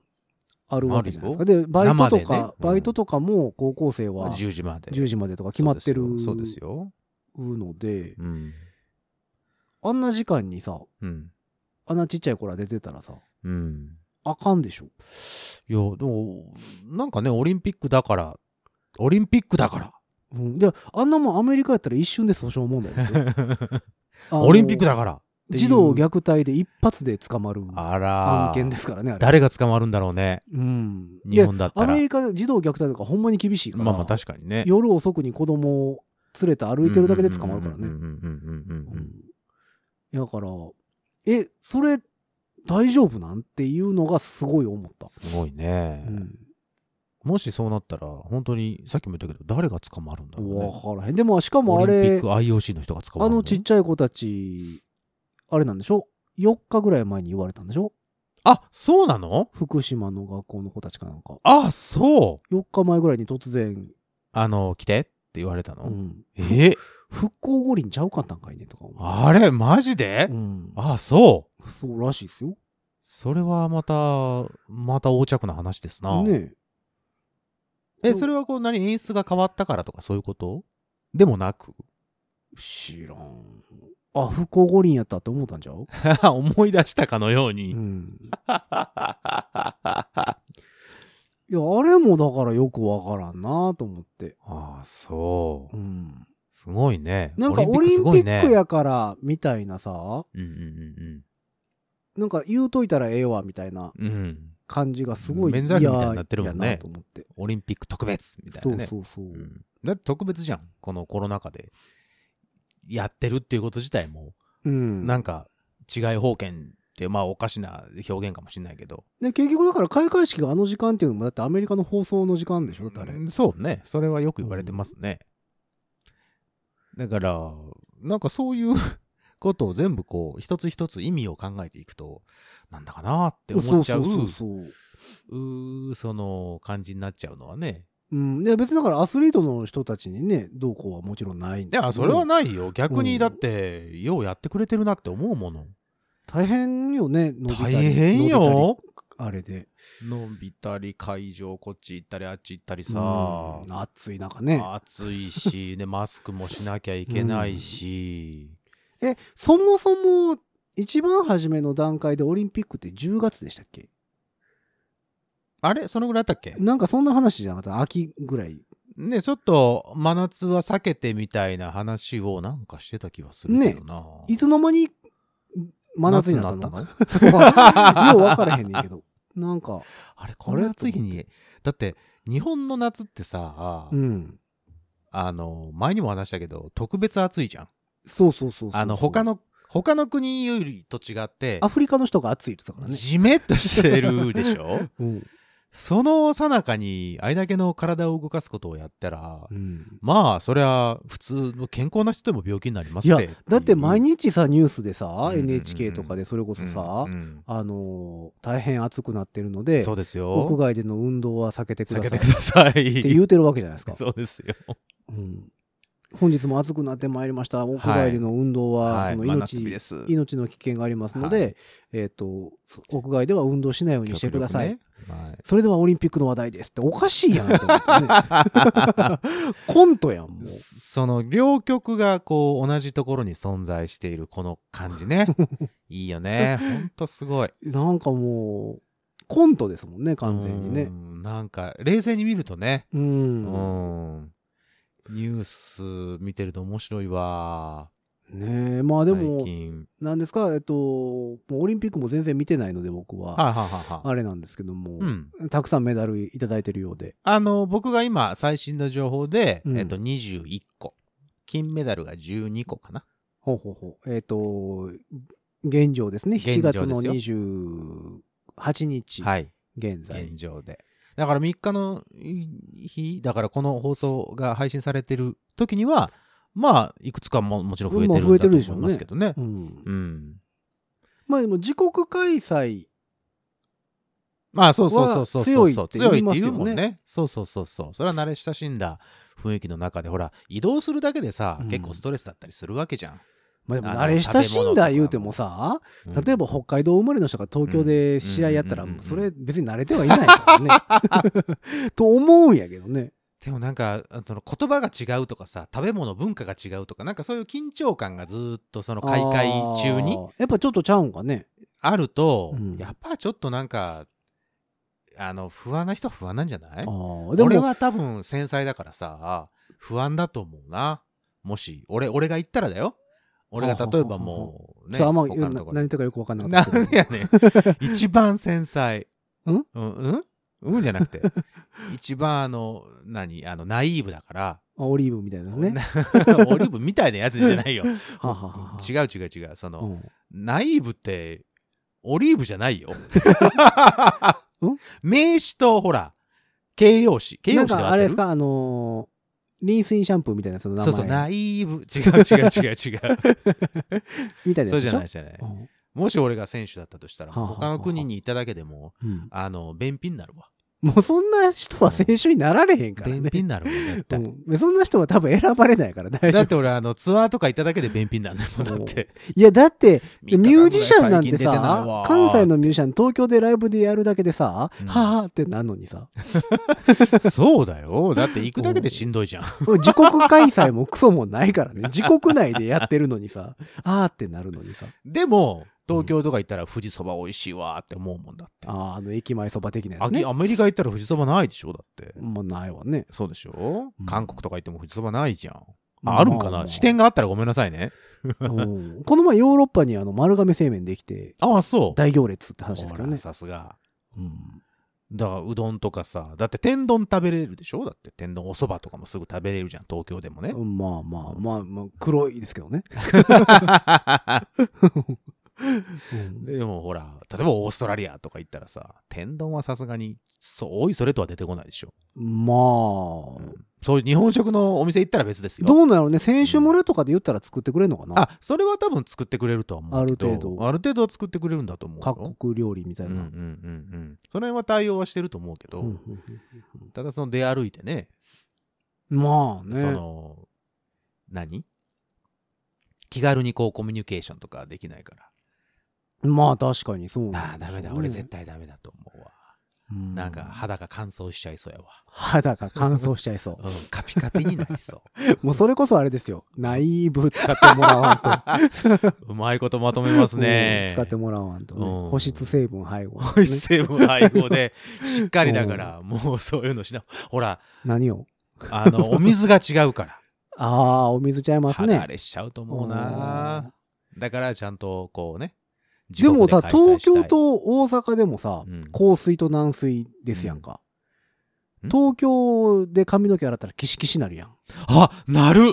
あるわけじゃないですか
あ
でバイトと
生でね
か、
うん
バイトとかも高校生は
10時まで。
10時までとか決まってる
そうですよ。
ので
そうですようん。
あんな時間にさ
うん。
あんなちっちゃい子ら出てたらさ
うん。
あかんでしょ
いや、でも、なんかね、オリンピックだから、オリンピックだか
うん、であんなもんアメリカやったら一瞬で訴訟問題ですよ あの
ら、オリンピックだからっていう
児童虐待で一発で捕まる
あら、
案件ですからねあれ
誰が捕まるんだろうね、
うん
日
で
本だった
ア
ら
メ。リカ児童虐待とかほんまに厳しいから
まあまあ、確かにね。
夜遅くに子供を連れて歩いてるだけで捕まるから
うんう
ね
んうんうんうんうんうん
うんだから、え、それ大丈夫なんっていうのがすごい思った。
すごいね、
うん
もしそうなったら、本当に、さっきも言ったけど、誰が捕まるんだろうね。
わからへん。でも、しかもあ
オリンピッ
れ
ク、IOC の人が捕ま
あ
る
のちっちゃい子たち、あれなんでしょ ?4 日ぐらい前に言われたんでしょ
あ、そうなの
福島の学校の子たちかなんか。
あ、そう。
4日前ぐらいに突然、
あの、来てって言われたの。
うん、
え
復興五輪ちゃうかったんかいねとか思う
あれマジで、
うん、
あ、そう。
そうらしいですよ。
それはまた、また横着な話ですな。
ね
え、それはこう何演出が変わったからとかそういうことでもなく。
え 知らん。あ、復興五輪やったって思ったんちゃう、
思い出したかのよう
う
に。
ん、 いや、あれもだからよくわからんなと思って。
ああ、そう
う。ん。
すごいね。
なんかオリンピックやからみたいなさ、
うんうん
なんか言うといたらええわみたいな
うんうん。うん。
感じがすごい
免罪符みたいになってるもんね
嫌やなと思って。
オリンピック特別みたい
そ
な
う
ね。
そうそう。
うんだって特別じゃん。このコロナ禍で。やってるっていうこと自体も、
うん。
なんか、違い保険って、まあおかしな表現かもしれないけど。
で結局だから開会式があの時間っていうのもだってアメリカの放送の時間でしょ、誰。
うんそうねそれはよく言われてますね、だからなんかそういう ことを全部こう一つ一つ意味を考えていくとなんだかなって思っちゃう
そうそうそうそう
うーその感じになっちゃうのはね
うん、いや別にだからアスリートの人たちにねどうこうはもちろんないん
い
ですけど
やそれはないよ逆にだって、ようやってくれてるなって思うもの
大変よね伸びたり
大変よ
伸びたりあれで
のびたり会場こっち行ったりあっち行ったりさ
さ、あ暑い中ね
暑いしでマスクもしなきゃいけないし、
えそもそも一番初めの段階でオリンピックって10月でしたっけ
あれそのぐらいだったっけ
なんかそんな話じゃなかった秋ぐらい
ねちょっと真夏は避けてみたいな話をなんかしてた気がするけどな、
いつの間に真夏になったの
の
よう分からへんねんけ どなんか
あれこれ暑い日にだって日本の夏ってさ、
うん
あの前にも話したけど特別暑いじゃん
そうそうそうそう
あの他の他の国よりと違って
アフリカの人が暑いって言ってたからね、
じめっとしてるでしょ
うん
その最中にあれだけの体を動かすことをやったら、
うん
まあそりゃ普通の健康な人でも病気になります
いや
ぜ
だって毎
日
日さニュースでさ
うん
NHK とかでそれこそさあのー大変暑くなってるので
そうです
屋
よ
外での運動は避けてくだ
避
さい
けて
っ
くださ
て
い
言うてるわけじゃないですか
そうですよ
うん本日も暑くなってまいりました屋外での運動は
はい
その
真夏
命、
日です
命の危険がありますので、
は
えっ、と屋外では運動しないようにしてください、
極力ね
それではオリンピックの話題ですっておかしいやんと思って ねコントやんもう
その両極がこう同じところに存在しているこの感 じねいいよねほんとすごい
なんかもうコントですもんね完全にね
うんなんか冷静に見るとね
う
うんニュース見てると面白いわ
ねえまあで
最
も
近
なんですかえっともうオリンピックも全然見てないので僕は
はいはいはいはい
あれなんですけども、
うん
たくさんメダルいただいてるようで
あの僕が今最新の情報で、
うん
えっと21個金メダルが12個かな
ほうほうほうえっ、と現状ですね7月
現状ですよ
の28日
はい
現在、
現状でだから3日のい日だからこの放送が配信されてる時にはまあいくつかももちろん増えてるん
まあ増え
だ
て
と
るでしょ
思
う
い
ね
ますけどね
うん
うん
まあでも自国開催
まあそうそうそうそうそうそう
は強
強
い
い
っ
ってて
言いう
言
ますよね
もんねそうそうそうそうそれは慣れ親しんだ雰囲気の中でほら移動するだけでさ、
うん
結構ストレスだったりするわけじゃん、
まあでも
あの
慣れ親しんだ言うてもさ
うん
例えば北海道生まれの人が東京で試合やったら
うんうんうんうん
それ別に慣れてはいないから ねと思うんやけどね
でもなんかあその言葉が違うとかさ食べ物文化が違うとかなんかそういう緊張感がずーっとその開会中に
あーやっぱちょっとちゃうんかね
あると、
うん
やっぱちょっとなんかあの不安な人は不安なんじゃな
あ
い
ーで
俺
も
は多分繊細だからさ不安だと思うなもし俺俺が言ったらだよ俺が例えばもうね
そうあんま
他のところ
何とかよく分かんなか
な
った
ん
けど
やね ん一番繊細
ん
うんうんうんじゃなくて一番あの何あのナイーブだから
あオリーブみたいな ね
オリーブみたいなやつじゃない よ
ははは
違う違う違うその、
うん
ナイーブって、オリーブじゃな いよ。
ん
名詞と、ほら、形容詞。形
な
容
ん
詞で
かあ
合っ
れ
て
です
る
かあのーリンスインシャンプーみたいなやつの名前
そうそう、ナイーブ。違う違う 違う違。
みたいうな
そ
やつ
うじ
で
ゃ
しょ
ないじゃない。
うん
もし俺が選手だったとしたら、
はあはあはあ
他の国にいただけでも、
うん
あの、便秘になるわ。
もうそんな人は選手になられへんから
便
ね
秘になるわ、絶対。
うんそんな人は多分選ばれ ないから大丈
だって俺、あの、ツアーとかいただけで便秘になるもんだ
夫
って。
いやだってミ
3日間
ュージシャンなんて
ぐらい最近出ない
さ
わ
関西のミュージシャン東京でライブでやるだけでさ、
うん
はあはあってなんのにさ
そうだよ。だって行くだけでしんどいじゃん。
自国開催もクソもないから ね自国内でやってるのにさあーってなるのにさ
でも、東京とか行ったら富士そば美味しいわって思うもんだって。
あーあの駅前そば的なや
あ
つね
アメリカ行ったら富士そばないでしょだって。
もうないわね
そうでしょ、
うん
韓国とか行っても富士そばないじゃん。あ,、
ま
あるんかな、
まあ
視点があったらごめんなさいね。
うんこの前ヨーロッパにあの丸亀製麺できて
ああ、そう。
大行列って話ですけど
ほら
ね。
さすが。
うん
だからうどんとかさ、だって天丼食べれるでしょだって天丼おそばとかもすぐ食べれるじゃん、東京でもね。
まあまあまあまあ黒いですけどね。うん
でもほら、例えばオーストラリアとか行ったらさ、天丼はさすがに、そう、おいそれとは出てこないでしょ。
まあ、
うんそういう日本食のお店行ったら別ですよ。
どうなのね選手村とかで言ったら作ってくれるのかな
あ、それは多分作ってくれるとは思うけど。
ある程度
ある程度は作ってくれるんだと思うよ。
各国料理みたい
うんうん
な。
うんうん。その辺は対応はしてると思うけど、
うんうん
ただその出歩いてね、
うんまあね。
その、何気軽にこうコミュニケーションとかできないから。
まあ確かにそうな
ああ、
んで
ダ
すよね
メだ。俺絶対ダメだと思うわ。
うん
なんか肌が乾燥しちゃいそうやわ。
肌が乾燥しちゃいそう
うん、カピカピにな り そう。
もうそれこそあれですよ。ナイーブ使ってもらわんと。
うまいことまとめますね。
うん使ってもらわんとね、
うん
保湿成分配合、
保 湿成分配合で、しっかりだから、もうそういうのしな。ほら、
何を
あの、お水が違うから。
ああ、お水ちゃい ます
肌荒
ね。
れしちゃうと思うな。だから、ちゃんと、こうね。
でもさ、
自国で開催
東
したい
京、と大阪でもさ、
うん
硬水と軟水ですやんか。
うんん
東京で髪の毛洗ったらキシキシなるやん。
あ、なる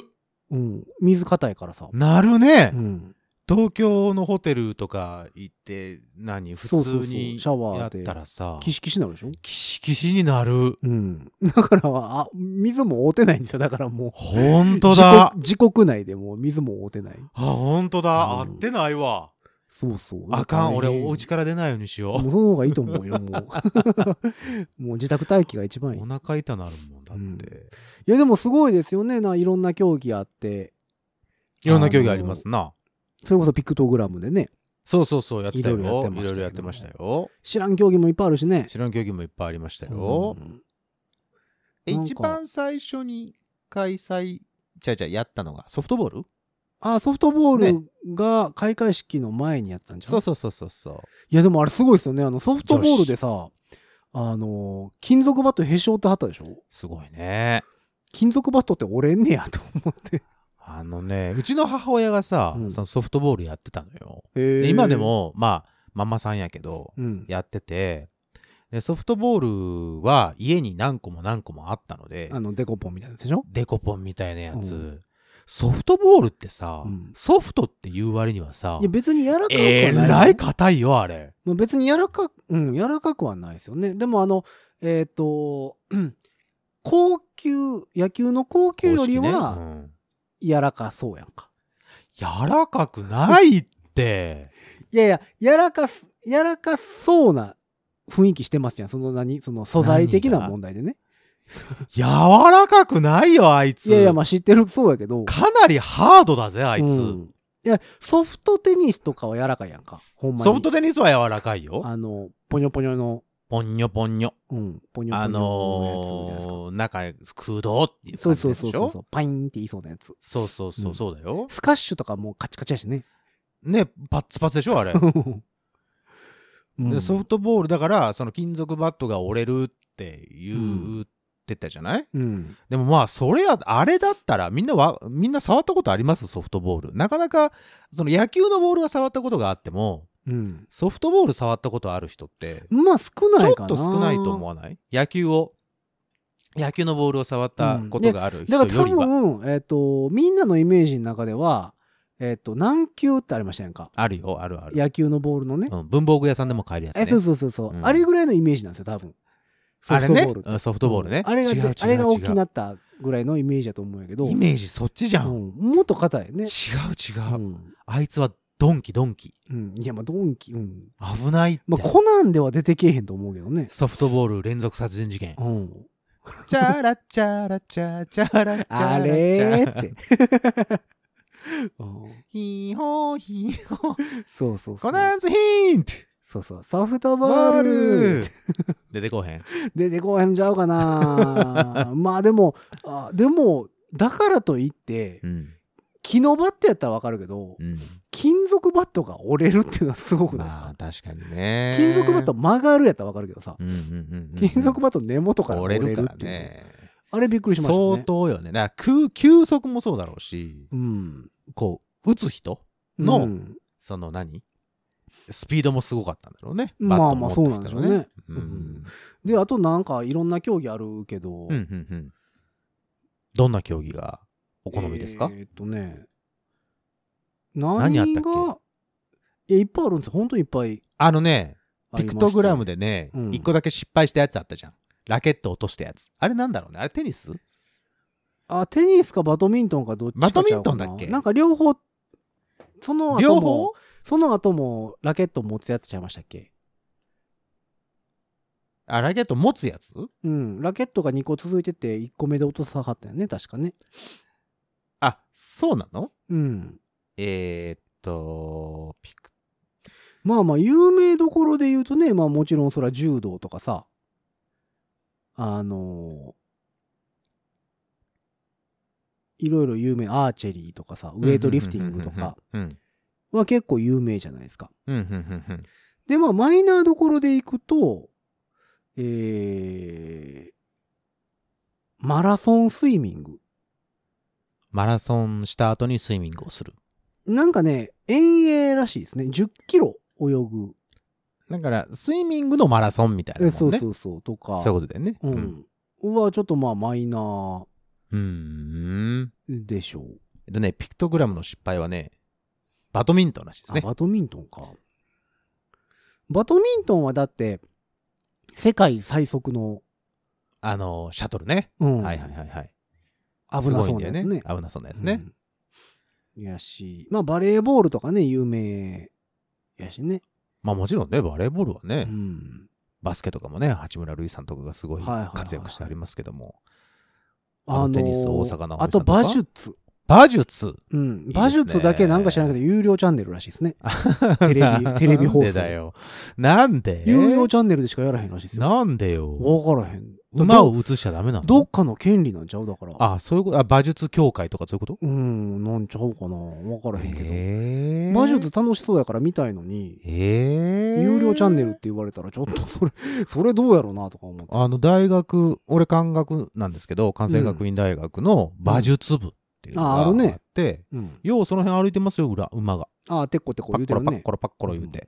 うん。水硬いからさ。
なるね、
うん。
東京のホテルとか行って、何普
そう
通
そうそう
に
シャワ
や
ー
っ
で
たらさ、
キシキシなるでしょ
キシキシにな る。
うん。だから、あ、水も覆ってないんですよ。だからもう。
ほんとだ。
自国自国内でもう水も覆ってない。
あ、ほんとだ。合
うん
ってないわ。
そうそう。
あかん、俺、お
ち
家から出ないようにしよ
も
う。
うその方がいいと思う よ、もう。もう自宅待機が一番いい。い
お腹痛なるもんだ
うん
って。
や、でもすごいですよね。な、いろんな競技あって、
いろんな競技ありますな。
それこそピクトグラムでね、
そうそうそう、やってたよ。
い
い
ろいろやってましたけど
ろいろやってましたよ。
知らん競技もいっぱいあるしね。
知らん競技もいっぱいありましたよ
う。ん
え
なんか
一番最初に開催、ちゃいちゃいやったのがソフトボール
あ、ソフトボールが開会式の前にやったんじゃん、
そうそうそうそうそう。
いや、でもあれすごいですよね。あの、ソフトボールでさ、あの、金属バットへし折ってはったでしょ
すごいね。
金属バットって折れんねやと思って。
あのね、うちの母親がさ、
うん
そのソフトボールやってたのよ。
へー
で今で、も、まあ、ママさんやけど、
うん。
やってて、でソフトボールは家に何個も何個もあったので
あ、の、デコポンみたいなやつでしょ
デコポンみたいなやつ、
うん
ソフトボールってさ、
うん
ソフトっていう割にはさ
いや、別に柔らかくはない。
えらい硬いよあれ
まあ、別に柔らかく、うん、柔らかくはないですよね。でもあの、えっ、と、 うん高級、野球の高級より
公式ね
は
うん
柔らかそうやんか。
柔らかくないって
いやいや、柔らかす、柔らかそうな雰囲気してますやん。その何その素材的な
何が
問題でね。
柔らかくないよあいつ
いやいや、まあ知ってるそうやけど。
かなりハードだぜあいつ、
うんいや、ソフトテニスとかは柔らかいやんか。ほんまに。
ソフトテニスは柔らかいよ
あの、ポニョポニョの、
ポンニョポンニョ
うん、ポニョ
あ
ポニョのやつじゃないですか。
のー、中空洞っていう
そ
感
う
じ
そ
で
う
し
そ
ょ
うそう。パインって言いそうなやつ。
そうそうそううんそうだよ、
スカッシュとかもうカチカチやしね。
ねパッツパツでしょ あれ
うん
でソフトボールだからその金属バットが折れるって
うん
言ってたじゃない、
うん。
でもまあそれやあれだったらみんなはみんな触ったことありますソフトボールなかなかその野球のボールは触ったことがあっても
うん。
ソフトボール触ったことある人って
まあ少
ち
な
ょ
いかな。
っと少ないと思わない野球を野球のボールを触ったことがある
だ
人よ
から
り
多
は、
分、えっ、と、みんなのイメージの中では、えっ、と、軟球ってありましたやんか。
あるよあるある、
野球のボールのね。
うん、文房具屋さんでも買えるやつね
え、そうそうそうそう、
うん
あれぐらいのイメージなんですよ、多分。
あれね
ソフトボールって
うんソフトボールね、
あれが
違う違う違う
あれが大きなったぐらいのイメージだと思うんやけど。
イメージそっちじゃん、違
う、
うん
もっと硬いね。
違う、
うん。
あいつはドンキドンキ
うん。いや、まあ、ドンキ、うん。
危ないって、
まあ、コナンでは出てけえへんと思うけどね。
ソフトボール連続殺人事件
うん。
チャラチャラチャチャラチャラチャ
あれーって。 うん
ヒーホーヒーホー
そうそうそ
コ
う。
ナンズヒーント
そうそう。ソフトボール
出てこうへん
出てこへんちゃうか なまあでも、あでも、だからといって
う、ん
木のバットやったらわかるけど
う、ん
金属バットが折れるっていうのはすごくないです
ま
か
あ、確かにね
金属バット曲がるやったらわかるけどさ、
うんうんうんうん
金属バット根元から折
折
れ
れる
る
か
って
ら
いう。
ね
あれびっくりしましたね。
相当よねだから空球速もそうだろうし
うん。
こう打つ人
う
の
ん
その何スピードもすごかったんだろうね
まあ
バットを持った人の
まあまあそうなんでし
う
ょうね
ん
で、あとなんかいろんな競技あるけど、
うんうんうんどんな競技がお好みですか
えーっとね。
何
何
や
が
ったっけ
いやいっぱいあるんですよ本当にいっぱい
あのね、
あり
ピ
まし
ク
た
トグラムでね、
うん
一個だけ失敗したやつあったじゃん。ラケット落としたやつ。あれなんだろうね。あれテニス
あテニスかバドミントンかどっちかちゃうかな
バドミントンだっけ
なんか両方その後も
両方
その後もラケット持つやつちゃいましたっけ
あ、ラケット持つやつ
うんラケットが2個続いてて1個目で落とさなかったよね確かね
あ、そうなの
うん
えー、っと、ピク、
まあまあ有名どころで言うとねまあもちろんそら柔道とかさあのーいろいろ有名アーチェリーとかさウェイトリフティングとか
うん。
は結構有名じゃないですか
うん。うん。うん。うん。
で、まあ、マイナーどころで行くと、えー、マラソンスイミング。
マラソンした後にスイミングをする。
なんかね、遠泳らしいですね。10キロ泳ぐ。
だから、スイミングのマラソンみたいなもん
え
ね。
そうそうそう、とか。
そういうことだよね。
う。ん。は、ちょっとまあ、マイナー
うん。
でしょう。
えっとね、ピクトグラムの失敗はね、バドミントンらしいです
あ
ね。
バドミントンか。バドミントンはだって、世界最速の、
あの、シャトルね。
うん、
はいはいはいはい。
危な
す
そ
ご
う
いん
なや
だ
つ
よ
ね。
危なそうなやつね。
うん。やし、まあバレーボールとかね、有名やしね。
まあもちろんね、バレーボールは
う
ね、
ん。
バスケとかもね、八村塁さんとかがすごい
はいはいはい
活躍してありますけども。
あの
テニス大阪直美さんとか
あと馬術。
馬術
うん。
ね
馬術だけなんか知らなくて、有料チャンネルらしいですね。テレ ビテレビ放送
なんでだよ。なんで
有料チャンネルでしかやらへんらしいですよ。
なんでよ。
わからへん。
馬を映しちゃダメなの
どっかの権利なんちゃうだから。
あ、そういうことあ、馬術協会とかそういうこと
うん、なんちゃうかな。わからへんけど。
え
馬術楽しそうやから見たいのに、
ええ
有料チャンネルって言われたら、ちょっとそれ、 それどうやろうなとか思って。
あの大学俺漢学なんですけど関西学院大学の馬術部っていうの
うんあある
が
ね
あって、
うん。
ようその辺歩いてますよ裏馬が
ああ、てっこてっこ
パ
言
ッ
うて
コロ
る
パッ
ね。
コロパッコロ言うて、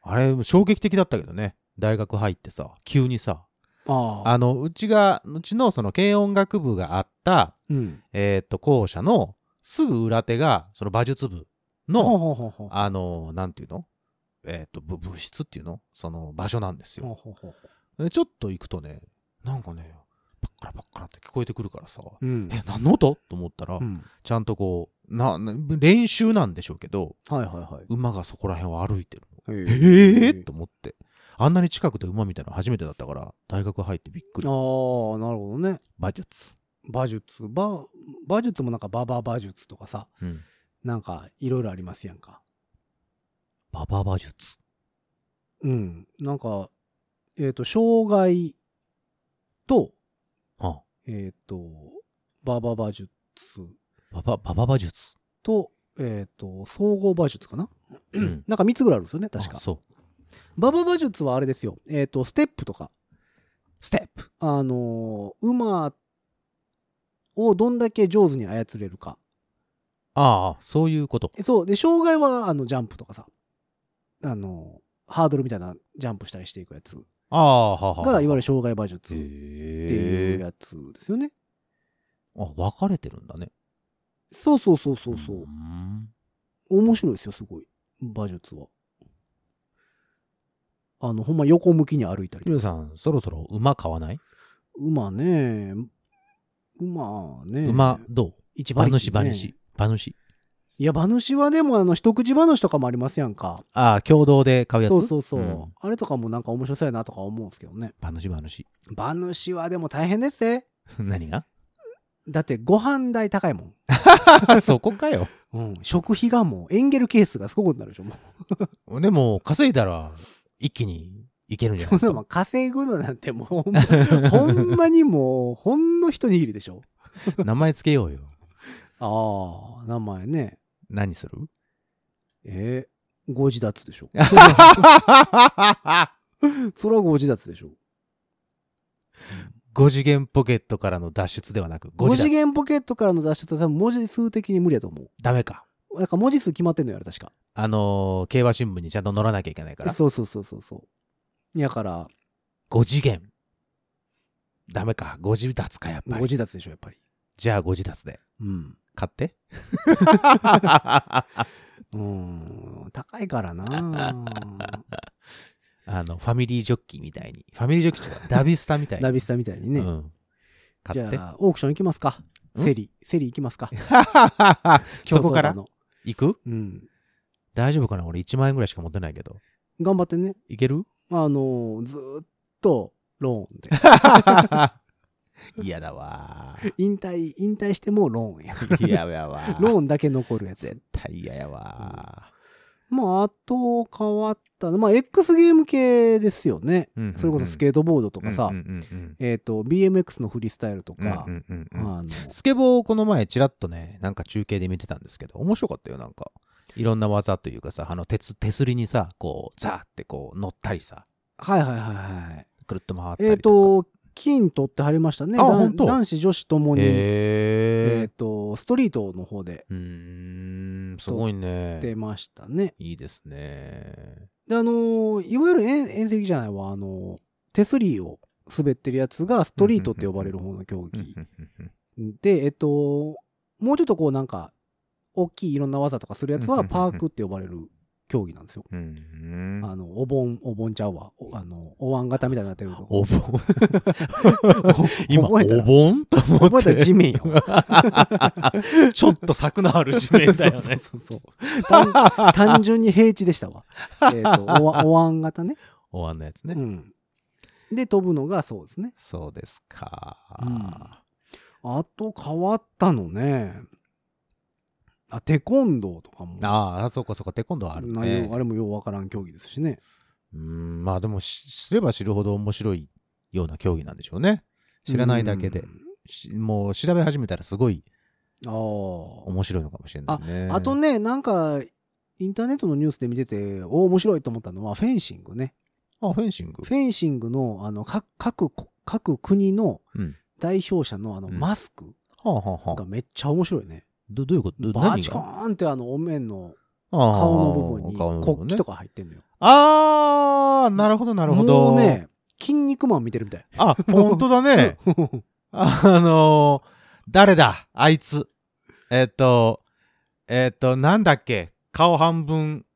あれ衝撃的だったけどね大学入ってさ急にさ
ああ。
あのうちがうちのその軽音楽部があった
うん。
えーっと校舎のすぐ裏手がその馬術部
ほう
の
ほうほうほう。
あのなんていうのえーっと部部室っていうのその場所なんですよ
ほうほうほうほ
でちょっと行くとねなんかねパッカラパッカラって聞こえてくるからさ、
う。うん。
え何の音と思ったら、
うん
ちゃんとこうなな練習なんでしょうけど
はいはいはい。
馬がそこら辺を歩いてるの
へ
ええ
ー
と思ってあんなに近くで馬みたいなの初めてだったから大学入ってびっくり
ああ、なるほどね。
馬術、
馬術、馬、馬術もなんか馬場馬術とかさ、
うん、
なんかいろいろありますやんか。
馬場馬術
うん。なんか、えっ、と、障害と、
あ
えっ、と、馬場馬術
馬場馬場馬術
と、えっ、と、総合馬術かな、
うん
なんか3つぐらいあるんですよね、確
あ
か。
そう
馬場馬術はあれですよ。えっ、と、ステップとか、
ステップ
あのー馬をどんだけ上手に操れるか。
ああそういうこと
えそう。で、障害は、あの、ジャンプとかさ、あのーハードルみたいなジャンプしたりしていくやつ
ああはあは
が、
あ
いわゆる
へ
障害馬術っていう
え
やつですよね。
あ分かれてるんだね
そうそうそうそうそう
ー。ん
面白いですよ、すごい。馬術は。あの、ほんま横向きに歩いたり
ヒ。ロさんそろそろ馬買わない、
馬ね、馬ね。
馬、どう
一
馬
番、
主馬主馬主
いや、馬主はでも、あの、一口馬主とかもありますやんか。
ああ共同で買うやつ
そうそうそう、
ん
あれとかもなんか面白そうやなとか思うんですけどね
馬主馬主
馬主はでも大変ですね
何が
だってご飯代高いもん、
そこかよ
うん、食費がもうエンゲルケースがすごいことになるでしょもう
でも稼いだら一気にいけるんじゃない
そ
です
んなも
か
ん稼ぐのなんてもうほん,、ま、ほんまにもうほんの一握りでしょ
名前つけようよ
ああ名前ね
何する
えー、ご自立で しょそれはご自立でしょ
五次元ポケットからの脱出ではなく
5
五
次
次元
元ポケットからの脱出は多分文字数的に無理やと思
ダメか
うなんか文字数決まってんのよあれ確か
あのー競馬新聞にちゃんと載らなきゃいけないから
そうそうそうそうそうやから
五次元ダメか五次脱かやっぱ
ご
り
自立でしょやっぱり
じゃあ五次脱で
うん
買って
うーん高い からな
あの、ファミリージョッキーみたいに。ファミリージョッキー違う。ダビスタみたいに。
ナビスタみたいにね、
うん。買
じ
って。
ゃあオークション行きますか
ん
セリセリ行きますか
そこか
競走馬
ら
の
行く
うん
大丈夫かな俺1万円ぐらいしか持ってないけど。
頑張ってね
いける
あのずーっとローンで
嫌だわ
引退引退してもローン や
ー。嫌やわー。
ローンだけ残るやつ
絶対嫌やわ
まああと変わったのまあ X ゲーム系ですよね
ー。
それこそス
ー
ケートボードと
ト
かさ、
うんうんうん
えっ、と BMX のフリースタイルと
うんうん
か、
うんうんうん
あの
スケボーをこの前ちらっとね、なんか中継で見てたんですけど、面白かったよ、なんか。いろんな技というかさ、あの、鉄、手すりにさ、こう、ザーってこう、乗ったりさ、
はいはいはいはい
くるっと回ったり
えっ、
とか。
と金取ってはりましたね
あ
だん
ほんと
男子女子ともに、え
へ
っ、とストリートの方で
ー。うーん、すごい
出
ね。
ましたね
いいですね。
であのーいわゆる遠遠石じゃないわあのー手すりを滑ってるやつがストリートって呼ばれる方の競技でえっともうちょっとこうなんか大きいいろんな技とかするやつ
うんうん
は
うん
パークって呼ばれる競技なんですよ
うーん。
あのお盆お盆ちゃうわおあのお椀型みたいになってると
お 盆今、
覚えたら
お盆と思
覚
っ
えたら
て。
地面よ
ちょっと柵のある地面だよ ね。
そうそうそう単単純に平地で したわえっとおわお椀型ね
お椀のやつね。
うんで飛ぶのがそうですね
そうですか。
うんあと変わったのね。あ、テコンドーとかも。
ああ、そうかそうか、テコンドーある
内
ね
容。あれもようわからん競技ですしね。
うん、まあでもし、知れば知るほど面白いような競技なんでしょうね。知らないだけで
うん。
しもう調べ始めたらすごい
あ
面白いのかもしれないね。
あ。あとね、なんか、インターネットのニュースで見てて、お面白いと思ったのは、フェンシングね。
あ、フェンシング。
フェンシングの、あの、各、各国、各国の
うん
代表者の、あの、
うん
マスク
はあはあはあ
が。めっちゃ面白いね。
どどういうことど
バ
何
チコ
が
ーンって、あの、お面の顔の
顔
部分に国旗とか入ってんのよ。
あーなるほど、なるほど。
もうね、筋肉マン見てるみたい。
あ、本当だ ね。あのー誰だあいつ。えっ、と、えっ、と、なんだっけ顔半分、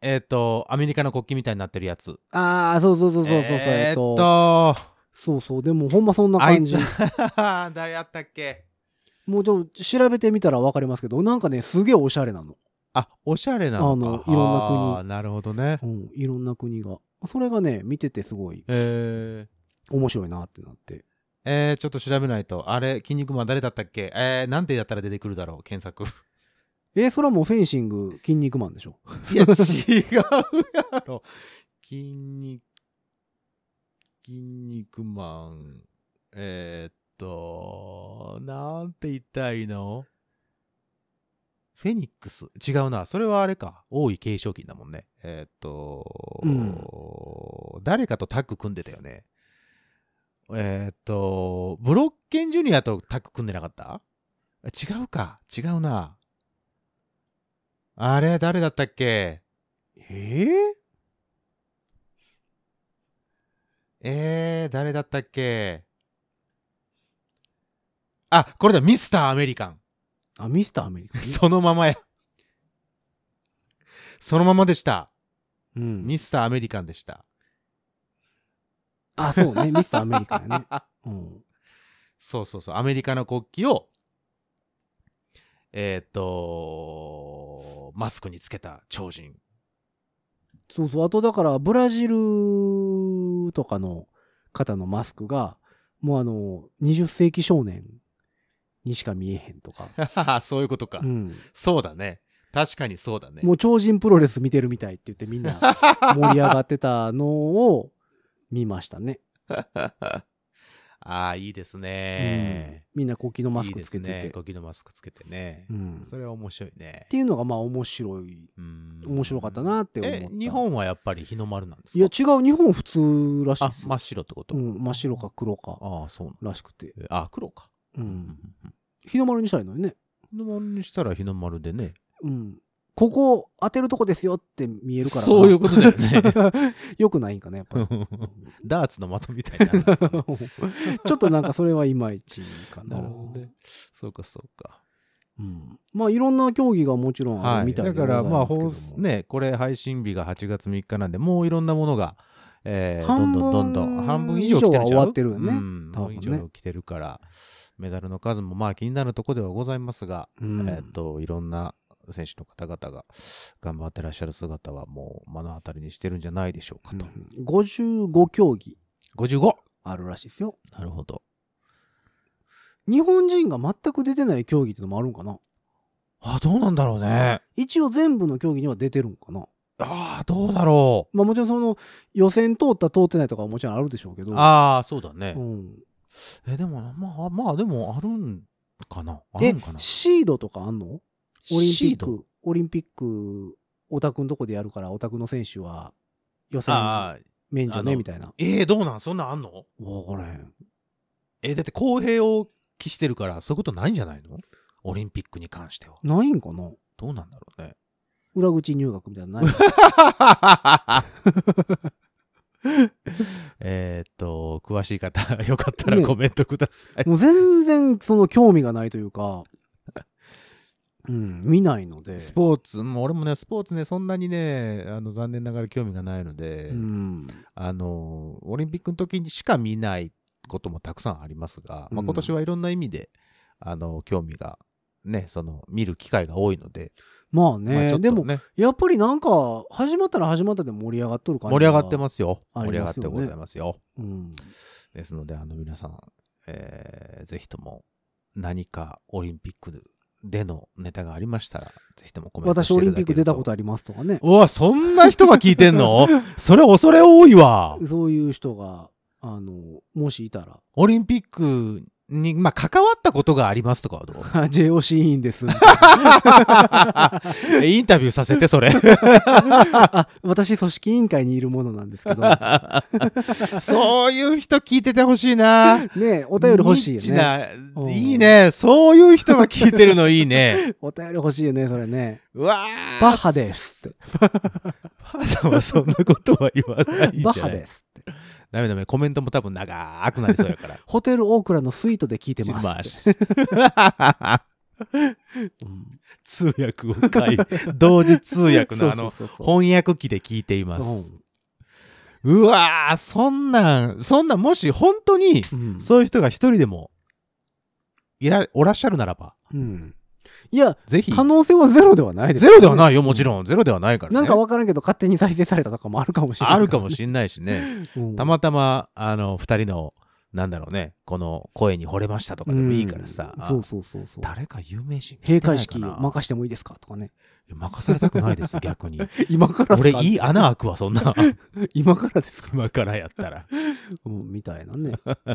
えっ、と、アメリカの国旗みたいになってるやつ。
ああ、そうそうそうそうそうそう。
えっ、と、
そうそう、でもほんまそんな
あい
感
つ
じ。、
誰やったっけ
もうちょっと調べてみたら分かりますけど、なんかね、すげえおしゃれなの。
あ、おしゃれなのか。
あのいろんな国
あーなるほどね
う。ん、いろんな国が。それがね、見ててすごい
えー
面白いなってなって。
えーちょっと調べないと。あれ、筋肉マン誰だったっけえー、なんてやったら出てくるだろう検索。
えー、それはもうフェンシング、筋肉マンでしょ。
いや、違うやろ。筋肉、筋肉マン。えーっと、なんて言ったらいいのフェニックス。違うな。それはあれか。王位継承金だもんね。えーっと、誰かとタッグ組んでたよね。えーっと、ブロッケンジュニアとタッグ組んでなかったあ違うか。違うな。あれ、誰だったっけ
えー、
えー、誰だったっけあ、これだ、ミスターアメリカン。
あ、ミスターアメリカね。
そのままや。そのままでした。
うん
ミ。スターアメリカンでした。
あ、そうね、ミスターアメリカ やね。うん。
そうそうそう、アメリカの国旗を、えーっと、マスクにつけた 超人。
そうそう、あとだから、ブラジルとかの方のマスクが、もうあの、20世紀少年にしか見えへんと か。
そういうことか。
うん。
そうだね。確かにそうだね。
もう超人プロレス見てるみたいって言ってみんな盛り上がってたのを見ましたね。
ああ、いいです
うん
ね。
みんな国旗のマス
いい
ク
で
つ
す
けてて。
ね。国旗のマスクつけてね
う。ん、っ
それは面白いね。
ていうのがまあ面白い、
うん
面白かったなって思った。
え、日本はやっぱり日の丸なんです
いや
か
違う、日本普通らしい
あ
で、すよ
真っ白ってこと
うん、真っ白か黒か。
ああ、そうなの
らしくて、
えあ、黒か。
う、
うん
日の丸にしたいのにね、
日の丸にしたら日の丸でね。
うん、ここ当てるとこですよって見えるからな
そういうことだよね。
よくないんかねやっぱり
ダーツの的みたい になる。
ちょっとなんかそれはいまいちかな
なるほどね。そうか、そうか。
うんまあいろんな競技がもちろんあ
は
る
い、
みたいで
だ
ござ
か
いますけど
らまあ
も
放送ねこれ配信日が8月3日なんでもういろんなものが、えー、どん
半
ど
分
んどんどん半分以上来てるんちゃう
以上は終わってるよね
う
多分ね
ん、半分以上来てるからメダルの数もまあ気になるとこではございますが、
うん
えーっといろんな選手の方々が頑張ってらっしゃる姿はもう目の当たりにしてるんじゃないでしょうかと、
うん55競技
55
あるらしいですよ
なるほど
日本人が全く出てない競技ってのもあるんかな
あどうなんだろうね
一応全部の競技には出てるんかな
ああどうだろ
まあもちろんその予選通った通ってないとかはもちろんあるでしょうけ
う
ど
ああそうだね、
うん、
えでもなまあまあでもあるんかなある
え
んかな
シードとかあんのオリンピ
シー
ッ
ド
クオリンピックオタクのとこでやるからオタクの選手は予選
ああ
免除
あ
ね
の
みたいな
えー、どうなんそんなんあんの
分からへん
えーだって公平を期してるからそういうことないんじゃないのオリンピックに関しては
ないんかな
どうなんだろうね
裏口入学みたいなのない
えーっと詳しい方よかったら
ね
コメントください、
もう全然その興味がないという かうん見ないので
スポーツもう俺もねスポーツねそんなにねあの残念ながら興味がないので、
うん
あのオリンピックの時にしか見ないこともたくさんありますが、
う
まあ、
ん
今年はいろんな意味で、あの興味がねその見る機会が多いので、
まあ
まあ
ね
ちょっと
でも
ね
やっぱりなんか始まったら始まったで盛り上がっとる感じ、
盛り上がってますすよ
あ
盛
り
り上が
ま
っ
す
て
よね
ございますよ
うん、
ですのであの皆さん、えーぜひとも何かオリンピックでのネタがありましたらぜひともコメントし
私
てい
オ
ただ
リ
け
ンピック出たことありますとかね
おわそんな人が聞いてんのそれ恐れ多いわ
そういう人があのもしいたら
オリンピックに、まあ、関わったことがありますとかはどう
あ JOC 委員ですみたいな
えインタビューさせてそれ
あ私組織委員会にいるものなんです けどね
そういう人聞いててほしいな。
えお便り欲しいよ
ニッチ
ね
な
うん
いいね。そういう人が聞いてるのいいね。
お便り欲しいよねそれね
うわー
バッハで。すって
バッハさんはそんなことは言わないんじゃない。
バッハですって
ダメダメ。コメントも多分長くなりそうやから。
ホテルオークラのスイートで聞いてますってうん
通訳を書い、同時通訳のあの、
そうそうそうそう
翻訳機で聞いていま
う
す。うわーそんなん、そんなん、もし本当に、
んうん
そういう人が一人でも、いら、おらっしゃるならば、
うんいや
ぜひ。
可能性はゼロではないです
ゼロではないよ、もちろん。ゼロではないからね。
なんかわからんけど勝手に再生されたとかもあるかもしれない
あるかもしんないしね。
うん
たまたま、あの、二人の、なんだろうね、この声に惚れましたとかでもいいからさ
う。んそうそうそうそう
誰か有名人
閉会式
任
任してもいいですかとかね
任されたくな いです、逆に。
今からっす
俺、
か
いい穴開くわ、そん な。
今からですか、
今からやったら。
うん、みたいなね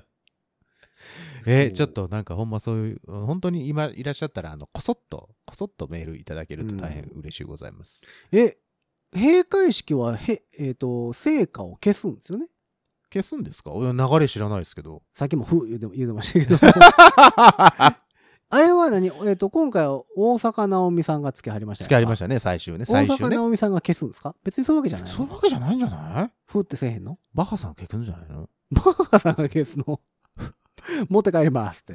え、ち
そ
ょ
う
っとなんかほんまそういう、本当に今いらっしゃったら、あの、こそっと、こそっとメールいただけると大変嬉しいございます。
え閉会式はへえっ、と成果を消すんですよね
消すんですか俺流れ知らないですけど。
さっきも「ふ」言うて言うてま したけどあれは何えっ、と今回は大阪直美さんが付けはりました
付き合いましたたね、最終ね。
大
最終
阪
ね。
直美さんが消すんですか別にそういうわけじゃない
そう
の
いうわけじゃないんじゃない
ふってせえへんの
バッハさん結くんじゃないの
バッハさんが消すの持って帰りますって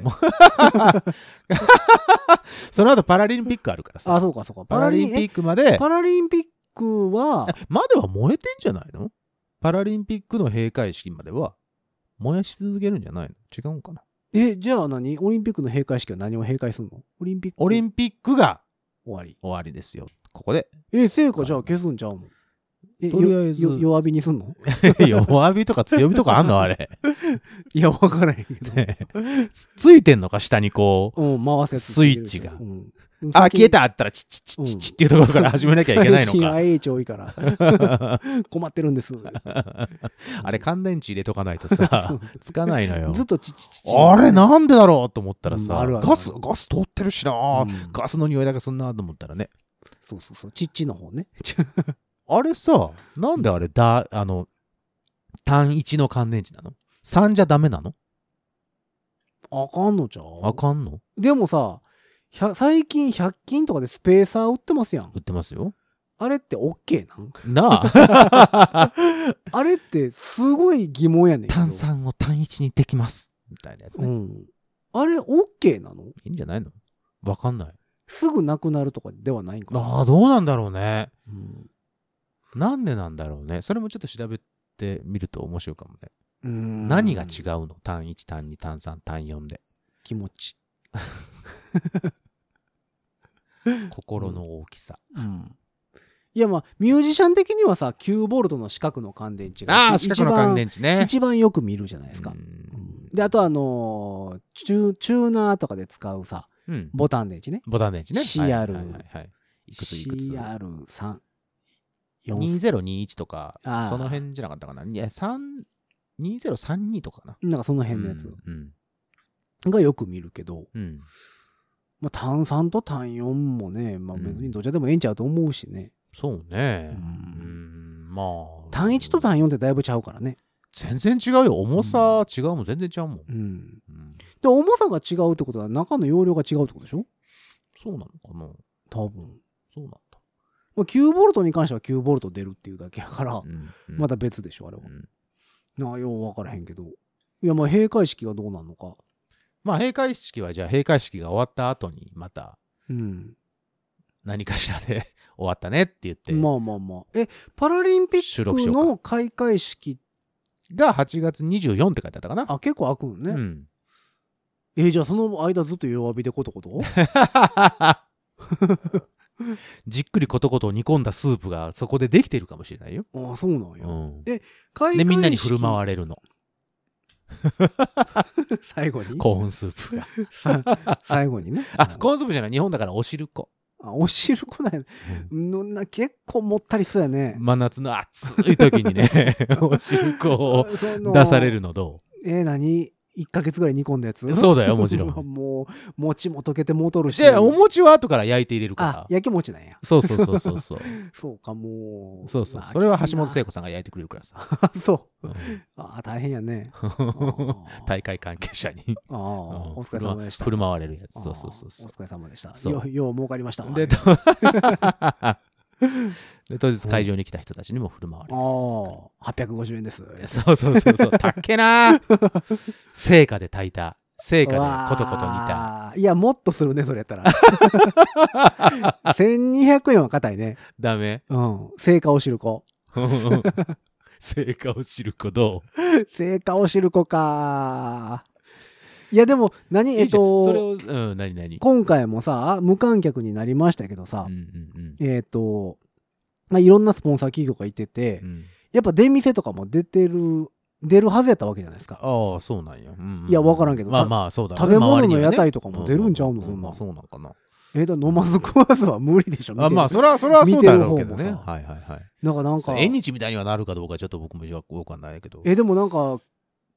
その後パラリンピックあるからさ。
あそうかそうかパ
パラ
ラ
リ
リ
ン
ン
ピックまで
え、パラリンピックは
あまでは燃えてんじゃないのパラリンピックの閉会式までは燃やし続けるんじゃないの違うんかな
えじゃあ何オリンピックの閉会式は何を閉会するのオリンピック
オリンピックが
終わり
終わりですよ。ここで。
え、成果じゃあ消すんちゃうのえ、
とりあえず
よよ弱火にすんの
弱火とか強火とかあんのあ れ。
いや、わからへんけど。
ねつついてんのか下にこう。
うん、回すやつ
スイッチが
うん
あ、消えたあったらチッチッチッチッチッっていうところから始めなきゃいけないの
最近
か。
IH 多いから。困ってるんです。
あれ乾電池入れとかないと さ、つかないのよ。
ずっとちちちち。
あれなんでだろうと思ったら
うん
さ、
あるある
ガス、ガス通ってるしな、
うん
ガスの匂いだけすんなと思ったらね。
そうそうそう。ちっちの方ね。
あれさ、なんであれ、だ、あの、単1の乾電池なの ?3 じゃダメなの
あかんのちゃう
あかんの
でもさ、ひゃ最近100均とかでスペーサー売ってますやん
売。ってますよ。
あれって OK なん
な あ。
あれってすごい疑問やねんけど。
単3を単1にできます。みたいなやつ
う
ね。
ん。あれ OK なの
いいんじゃないのわかんない。
すぐなくなるとかではないんか
あ
な
あ、どうなんだろうね。
うん
なんでなんだろうね。それもちょっと調べてみると面白いかもね。
うん
何が違うの単1、単2、単3、単4で。
気持ち、
心の大きさ。
いやまあミュージシャン的にはさ9ボルトの四角の乾電池が
ああ、
一
四角の乾電池
番
ね。
一番よく見るじゃないですか、
うん
であとあのーチュチューナーとかで使うさ
うん
ボタン電池ね
ボタン電池ね。
CR
はいはいはいはい。いくついくつ
CR3
2021とか
あー、
その辺じゃなかったかな。いや、3 2032とかかな。
なんかその辺のやつ
うん。
がよく見るけど、
うん。
まあ、単3と単4もね、まあ、
うん
別にどちらでもええんちゃうと思うしね、
そう
う
ね。うんん、まあ。
単1と単4ってだいぶちゃうからね、
全然違うよ。重さ違うもん、全然違うも
う
ん。
ん、
うん
で重さが違うってことは中の容量が違うってことでしょ
そうなのかな
多分、
そうなんだ。
まあ、9ボルトに関しては9ボルト出るっていうだけやから、
うんうん
また別でしょあれは
う、ん
なあよう分からへんけどいやまあ閉会式がどうなんのか
まあ、閉会式はじゃあ、閉会式が終わった後に、また
うん
何かしらで 終わったねって言って、
まあまあまあえパラリンピ
収
ッ
録し
ク
ようか
の開会式
が8月24って書いてあったかな。
あ結構開くんね、
うん。
えじゃあその間ずっと弱火でことこと
じっくりことこと煮込んだスープがそこでできてるかもしれないよ。
ああそうなんや、
うん
え開会式
で、みんなに振る舞われるの。
最後に
コーンスープが。
最後にね
あ、コーンスープじゃない。日本だからお汁粉。
あお汁粉だよ、のな結構もったりそうやね、
真夏の暑い時 にね、お汁粉を
その
出されるのど
えー、何1ヶ月ぐらい煮込んだやつ
そうだよもちろん
もう餅も溶けてもうとる
う
し
じゃあ、お餅は後から焼いて入れる
あ
から。
焼き餅なんや
そうそうそうそうそう。
そうかもう
そうそう。
まあ
それは
きつい
橋
な
本聖子さんが焼いてくれるからさ。
あ そう うんあー大変やねあー
大会関係者に
あーお疲れ様でした
振る舞われるやつ。そうそ
あ
う
ー
そうそう
お。疲れ様でした
そう
よよう儲かりました
で、
はい
と で当日会場に来た人たちにも振る舞われ
あ
るや
ー850円です
つですから。そうそうそ うそう。たっけな成果で炊いた。成果でことこと煮た。
わーいや、もっとするね、それやったら。1200円は硬いね。
ダメ
うん。成果おしるこ。
成果を知ること。
成果おしるこか。いや、でも、何、えっ
それ
と、
を、うん、何何
今回もさ、無観客になりましたけどさ
うん、うん
えっと、まあ、いろんなスポンサー企業がいてて
うんう、ん。
やっぱ出店とかも出てる、出るはずやったわけじゃないですか。
ああ、そうなんや。うんうん
いやわからんけど
まあ
た
まあ、そうだ
食べ物の屋台
と
とかも出るんちゃうの、そんな。
そうなんかな。
えー、だから飲まず食わずは無理でしょ。
あまあ、
見て
それは、それはそうだろうけどね。
見てる
はい
方もさ
はいはい。
なんか、なん
そ
か
う。縁日みたいにはなるかどうかちょっと僕もよくわかんないけど。
えでもなんか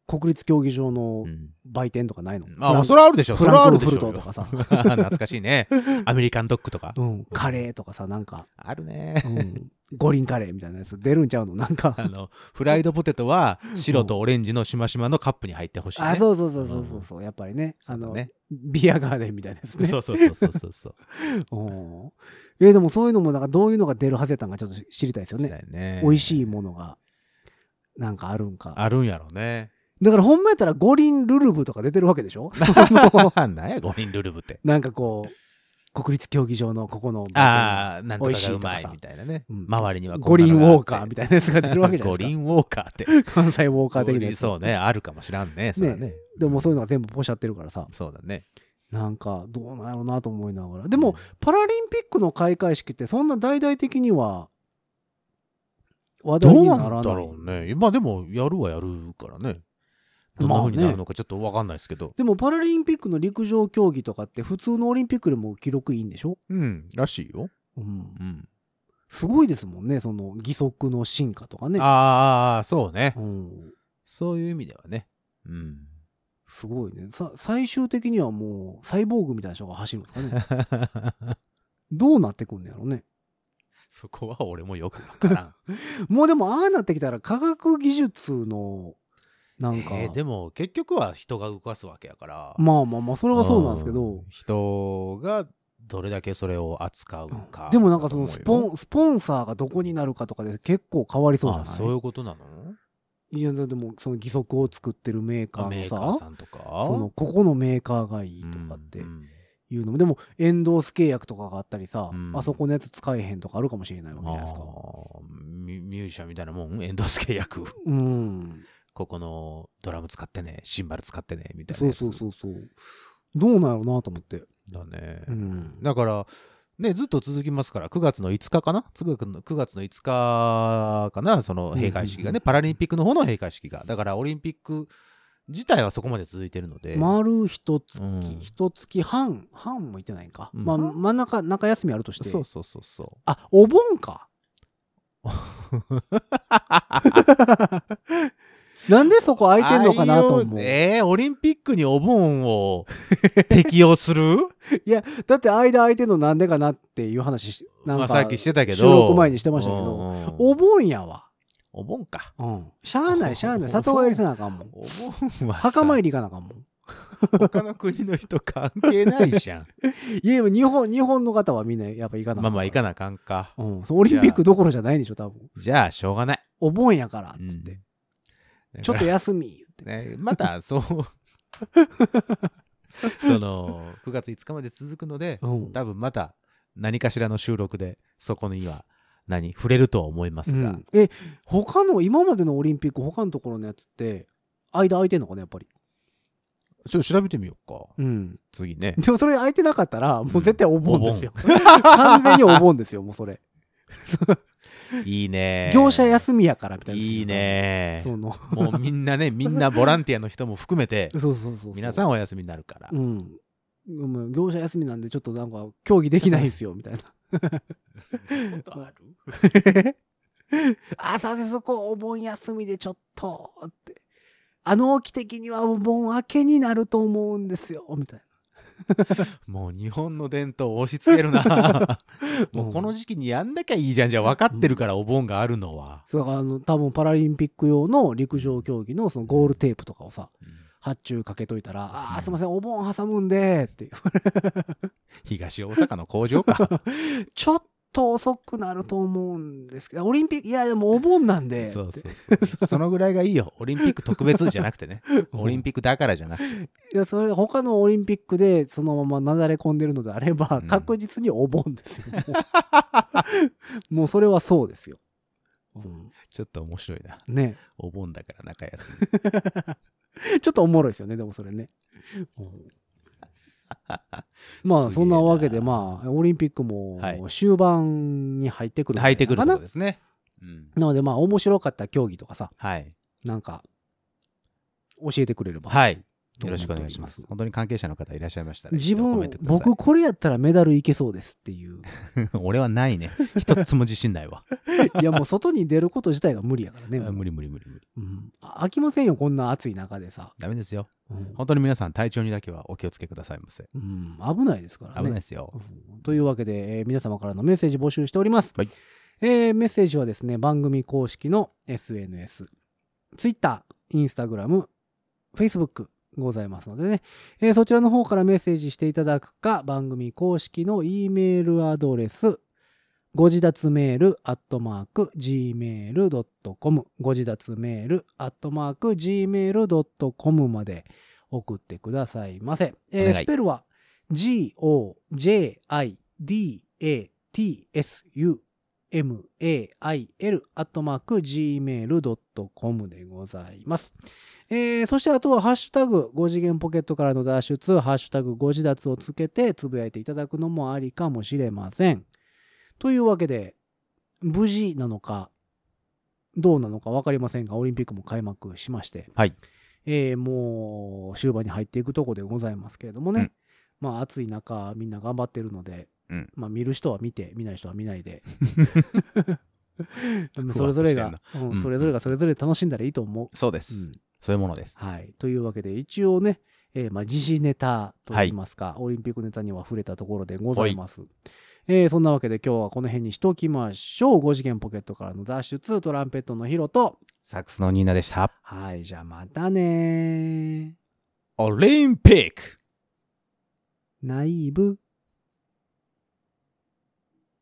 国立競技場の
うん
売店とかないの、
あ、まあ、
れ
それはあるでしょ。そ
フ
れは
ラ
あ
ン
る
クフ
でし
ル
ょ
トと
うよ。
かさ、
懐かしいね。アメリカンドッグとか
う。ん、カレーとかさなん か、
あるね
う。ん、五輪カレーみたいなやつ出るんちゃうのなんか
あの、フライドポテトは白とオレンジのしましまのカップに入ってほしいね。
あそうそうそうそうそうそうやっぱりね
そ
あ
うだ
の
ね
ビアガーデンみたいなやつね
そうそうそうそうそうそう。
うんえでもそういうのもなんかどういうのが出るはずやったんかちょっと知りたいですよ ね
だよね
美味しいものがなんかあるんか
あるんやろね。
だからほんまやったら五輪ルルブとか出てるわけでしょ その
なんや、五輪ルル ブって。
なんかこう国立競技場のここの売店
ああ、なんと
美
か
味しい
が
と
う
かさ
まいみたいなね。
うん
周りには
五輪ウォーカーみ
た
たいなやつが出るわけじゃな
五
いですか。
輪ウォーカー って。
関西ウォーカー的なやつ。
そうね、あるかもしらんね。そうだね。
でもそういうのが全部ポシャってるからさ、
そうだね。
なんかどうなんやろうなと思いながら。でも、パラリンピックの開会式ってそんな大々的には話題
どう
にな
な
らない。
んだろうね。まあでも、やるはやるからね。どんな
まあ
風
ね
になるのかちょっとわかんないですけど。
でもパラリンピックの陸上競技とかって普通のオリンピックよりも記録いいんでしょ、
うん、らしいよ。
うん
う、ん。
すごいですもんね、その義足の進化とかね。
ああ、そうね
う。ん、
そういう意味ではね。うん。
すごいねさ。最終的にはもうサイボーグみたいな人が走るんですかね。 どうなってくんのやろうね。
そこは俺もよくわからん。
もうでもああなってきたら科学技術の なんか、
えーでも結局は人が動かすわけやから。
まあまあまあそれはそうなんですけ
う
ど
ん、人がどれだけそれを扱うか。
でもなんかその
だ
ス
と思うよ
ポンスポンサーがどこになるかとかで結構変わりそうじゃ
あ
ない
そういうことなの
いやでもその義足を作ってるメーカ
あメ
ー
ーカ
の
ー
さ
さんとか。
そのここのメーカーがいいとかって
うんうん
いうのもでもエンドース契約とかがあったりさ、
うん
あそこのやつ使えへんとかあるかもしれないわけじゃないですか
あーミミュージシャンみたいなもんエンドス契約
うん
ここのドラム使ってねシンバル使ってねみたいな
そう
やつ
そうそうそうどうなんやろうなと思って
だね、
うん
だからねずっと続きますから9月の5日かなつぐ9月の5日かなその閉会式が
うんうんう
ねパラリンピックの方の閉会式がだからオリンピック自体はそこまで続いてるので、
丸一月、
うん
一月半半もいってないんか、
うん
まあ真ん中中休みあるとして
そうそうそうそ
あお盆 かなんでそこ
う
空いてんのかなと
あ
思
あいうえーオリンピックにお盆を適用する
だって間空いてんのなんでかなっていう話しなん
まあ
か、
さっきしてたけど
収録前にしてましたけど
うんうん
お盆やわ、
お盆か
うん、しゃあないしゃあない里帰りせなあかんもん
お盆はさ
墓参り行かなあかんもん
他の国の人関係ない じゃん
いやでも日本日本の方はみんなやっぱ行かな
まあまあ行か
な
なあかんか
うん、そうオリンピックどころじゃないでしょ多分
じゃあしょうがない
お盆やからっつって、
だから
ちょっと休み言って、
ね、ま たそうその9月5日まで続くので
うん、
多分また何かしらの収録でそこには何触れるとは思いますが、
うんえ他の今までのオリンピック他のところのやつって間空いてんのかなやっぱり
ちょっと調べてみようか
うん
次ね
でもそれ空いてなかったらもう絶対お盆です よ、完
完
全にお盆ですよもうそ れ、
いいね
業者休みやからみたいない
いね
その
もうみんなねみんなボランティアの人も含めて
そうそうそうそう
皆さんお休みになるから、
うんもう業者休みなんでちょっとなんか競技できないんすよみたいな
ことある
あさせそこお盆休みでちょっとってあの期的にはお盆明けになると思うんですよみたいな
もう日本の伝統を押し付けるな もうこの時期にやんなきゃいいじゃんじゃあ分かってるからお盆があるのは、
そうだからあの多分パラリンピック用の陸上競技のそのゴールテープとかをさ発注かけといたら「あーすいませんお盆挟むんで」っていう
東大阪の工場 か
「ちょっと遅くなると思うんですけどオリンピックいやでもお盆なんで」って
そうそうそうそのぐらいがいいよオリンピック特別じゃなくてねオリンピックだからじゃなくて
いやそれ他のオリンピックでそのままなだれ込んでるのであれば
うん
確実にお盆ですよ、もうもうそれはそうですよ、うん
ちょっと面白いな
ね
お盆だから中休み
ちょっとおもろいですよねでもそれね、うんまあそんなわけでまあオリンピックも
はい
終盤に入ってくるんじゃな
入
い
ってく
の
る
か
と
な、
こですね、うん、
なのでまあ面白かった競技とかさ
はい
なんか教えてくれれば、
はい
と
よ
思
ろ
って
し
お
くお
ります
願いします本当に関係者の方いらっしゃいましたら
自
ちょ
分
っとコメントく
僕これやったらメダルいけそうですっていう
ださい 俺はないね一つも自信ないわ
いやもう外に出ること自体が無理やからね。もう
無理無理無理無理
うんあ飽きませんよ、こんな暑い中でさ。
ダメですよ
うん
本当に皆さん体調にだけはお気をつけくださいませ
うん危ないですから
危ない
ね
で。すよ、
うんというわけで、えー皆様からのメッセージ募集しております。
はい
えーメッセージはですね、番組公式の SNS、Twitter、Instagram、Facebook ございますのでね、えーそちらの方からメッセージしていただくか、番組公式の E メールアドレス、ご自立メールアットマーク gmail.com ご自立メールアットマーク gmail.com まで送ってくださいませ。えー
お願い
スペルは g-o-j-i-d-a-t-s-u-m-a-i-l アットマーク gmail.com でございます。えーそしてあとは、ハッシュタグ、5次元ポケットからの脱出、ハッシュタグ、ご自立をつけて、つぶやいていただくのもありかもしれません。というわけで、無事なのか、どうなのか分かりませんが、オリンピックも開幕しまして、
はい
えーもう終盤に入っていくとこでございますけれどもね、まあ暑い中、みんな頑張ってるので、
うん
まあ見る人は見て、見ない人は見ない で、それぞれが、
んな
うんそれぞれがそれぞれ楽しんだらいいと思う。
そうです、
うん
そういうものです、
はい。というわけで、一応ね、えーまあ、時事ネタといいますか、オリンピックネタには触れたところでございます。えーそんなわけで今日はこの辺にしておきましょう。5次元ポケットからの脱出、トランペットのヒロと。
サックスのニーナでした
はい、じゃあまたねー。
オリンピック
ナイーブ。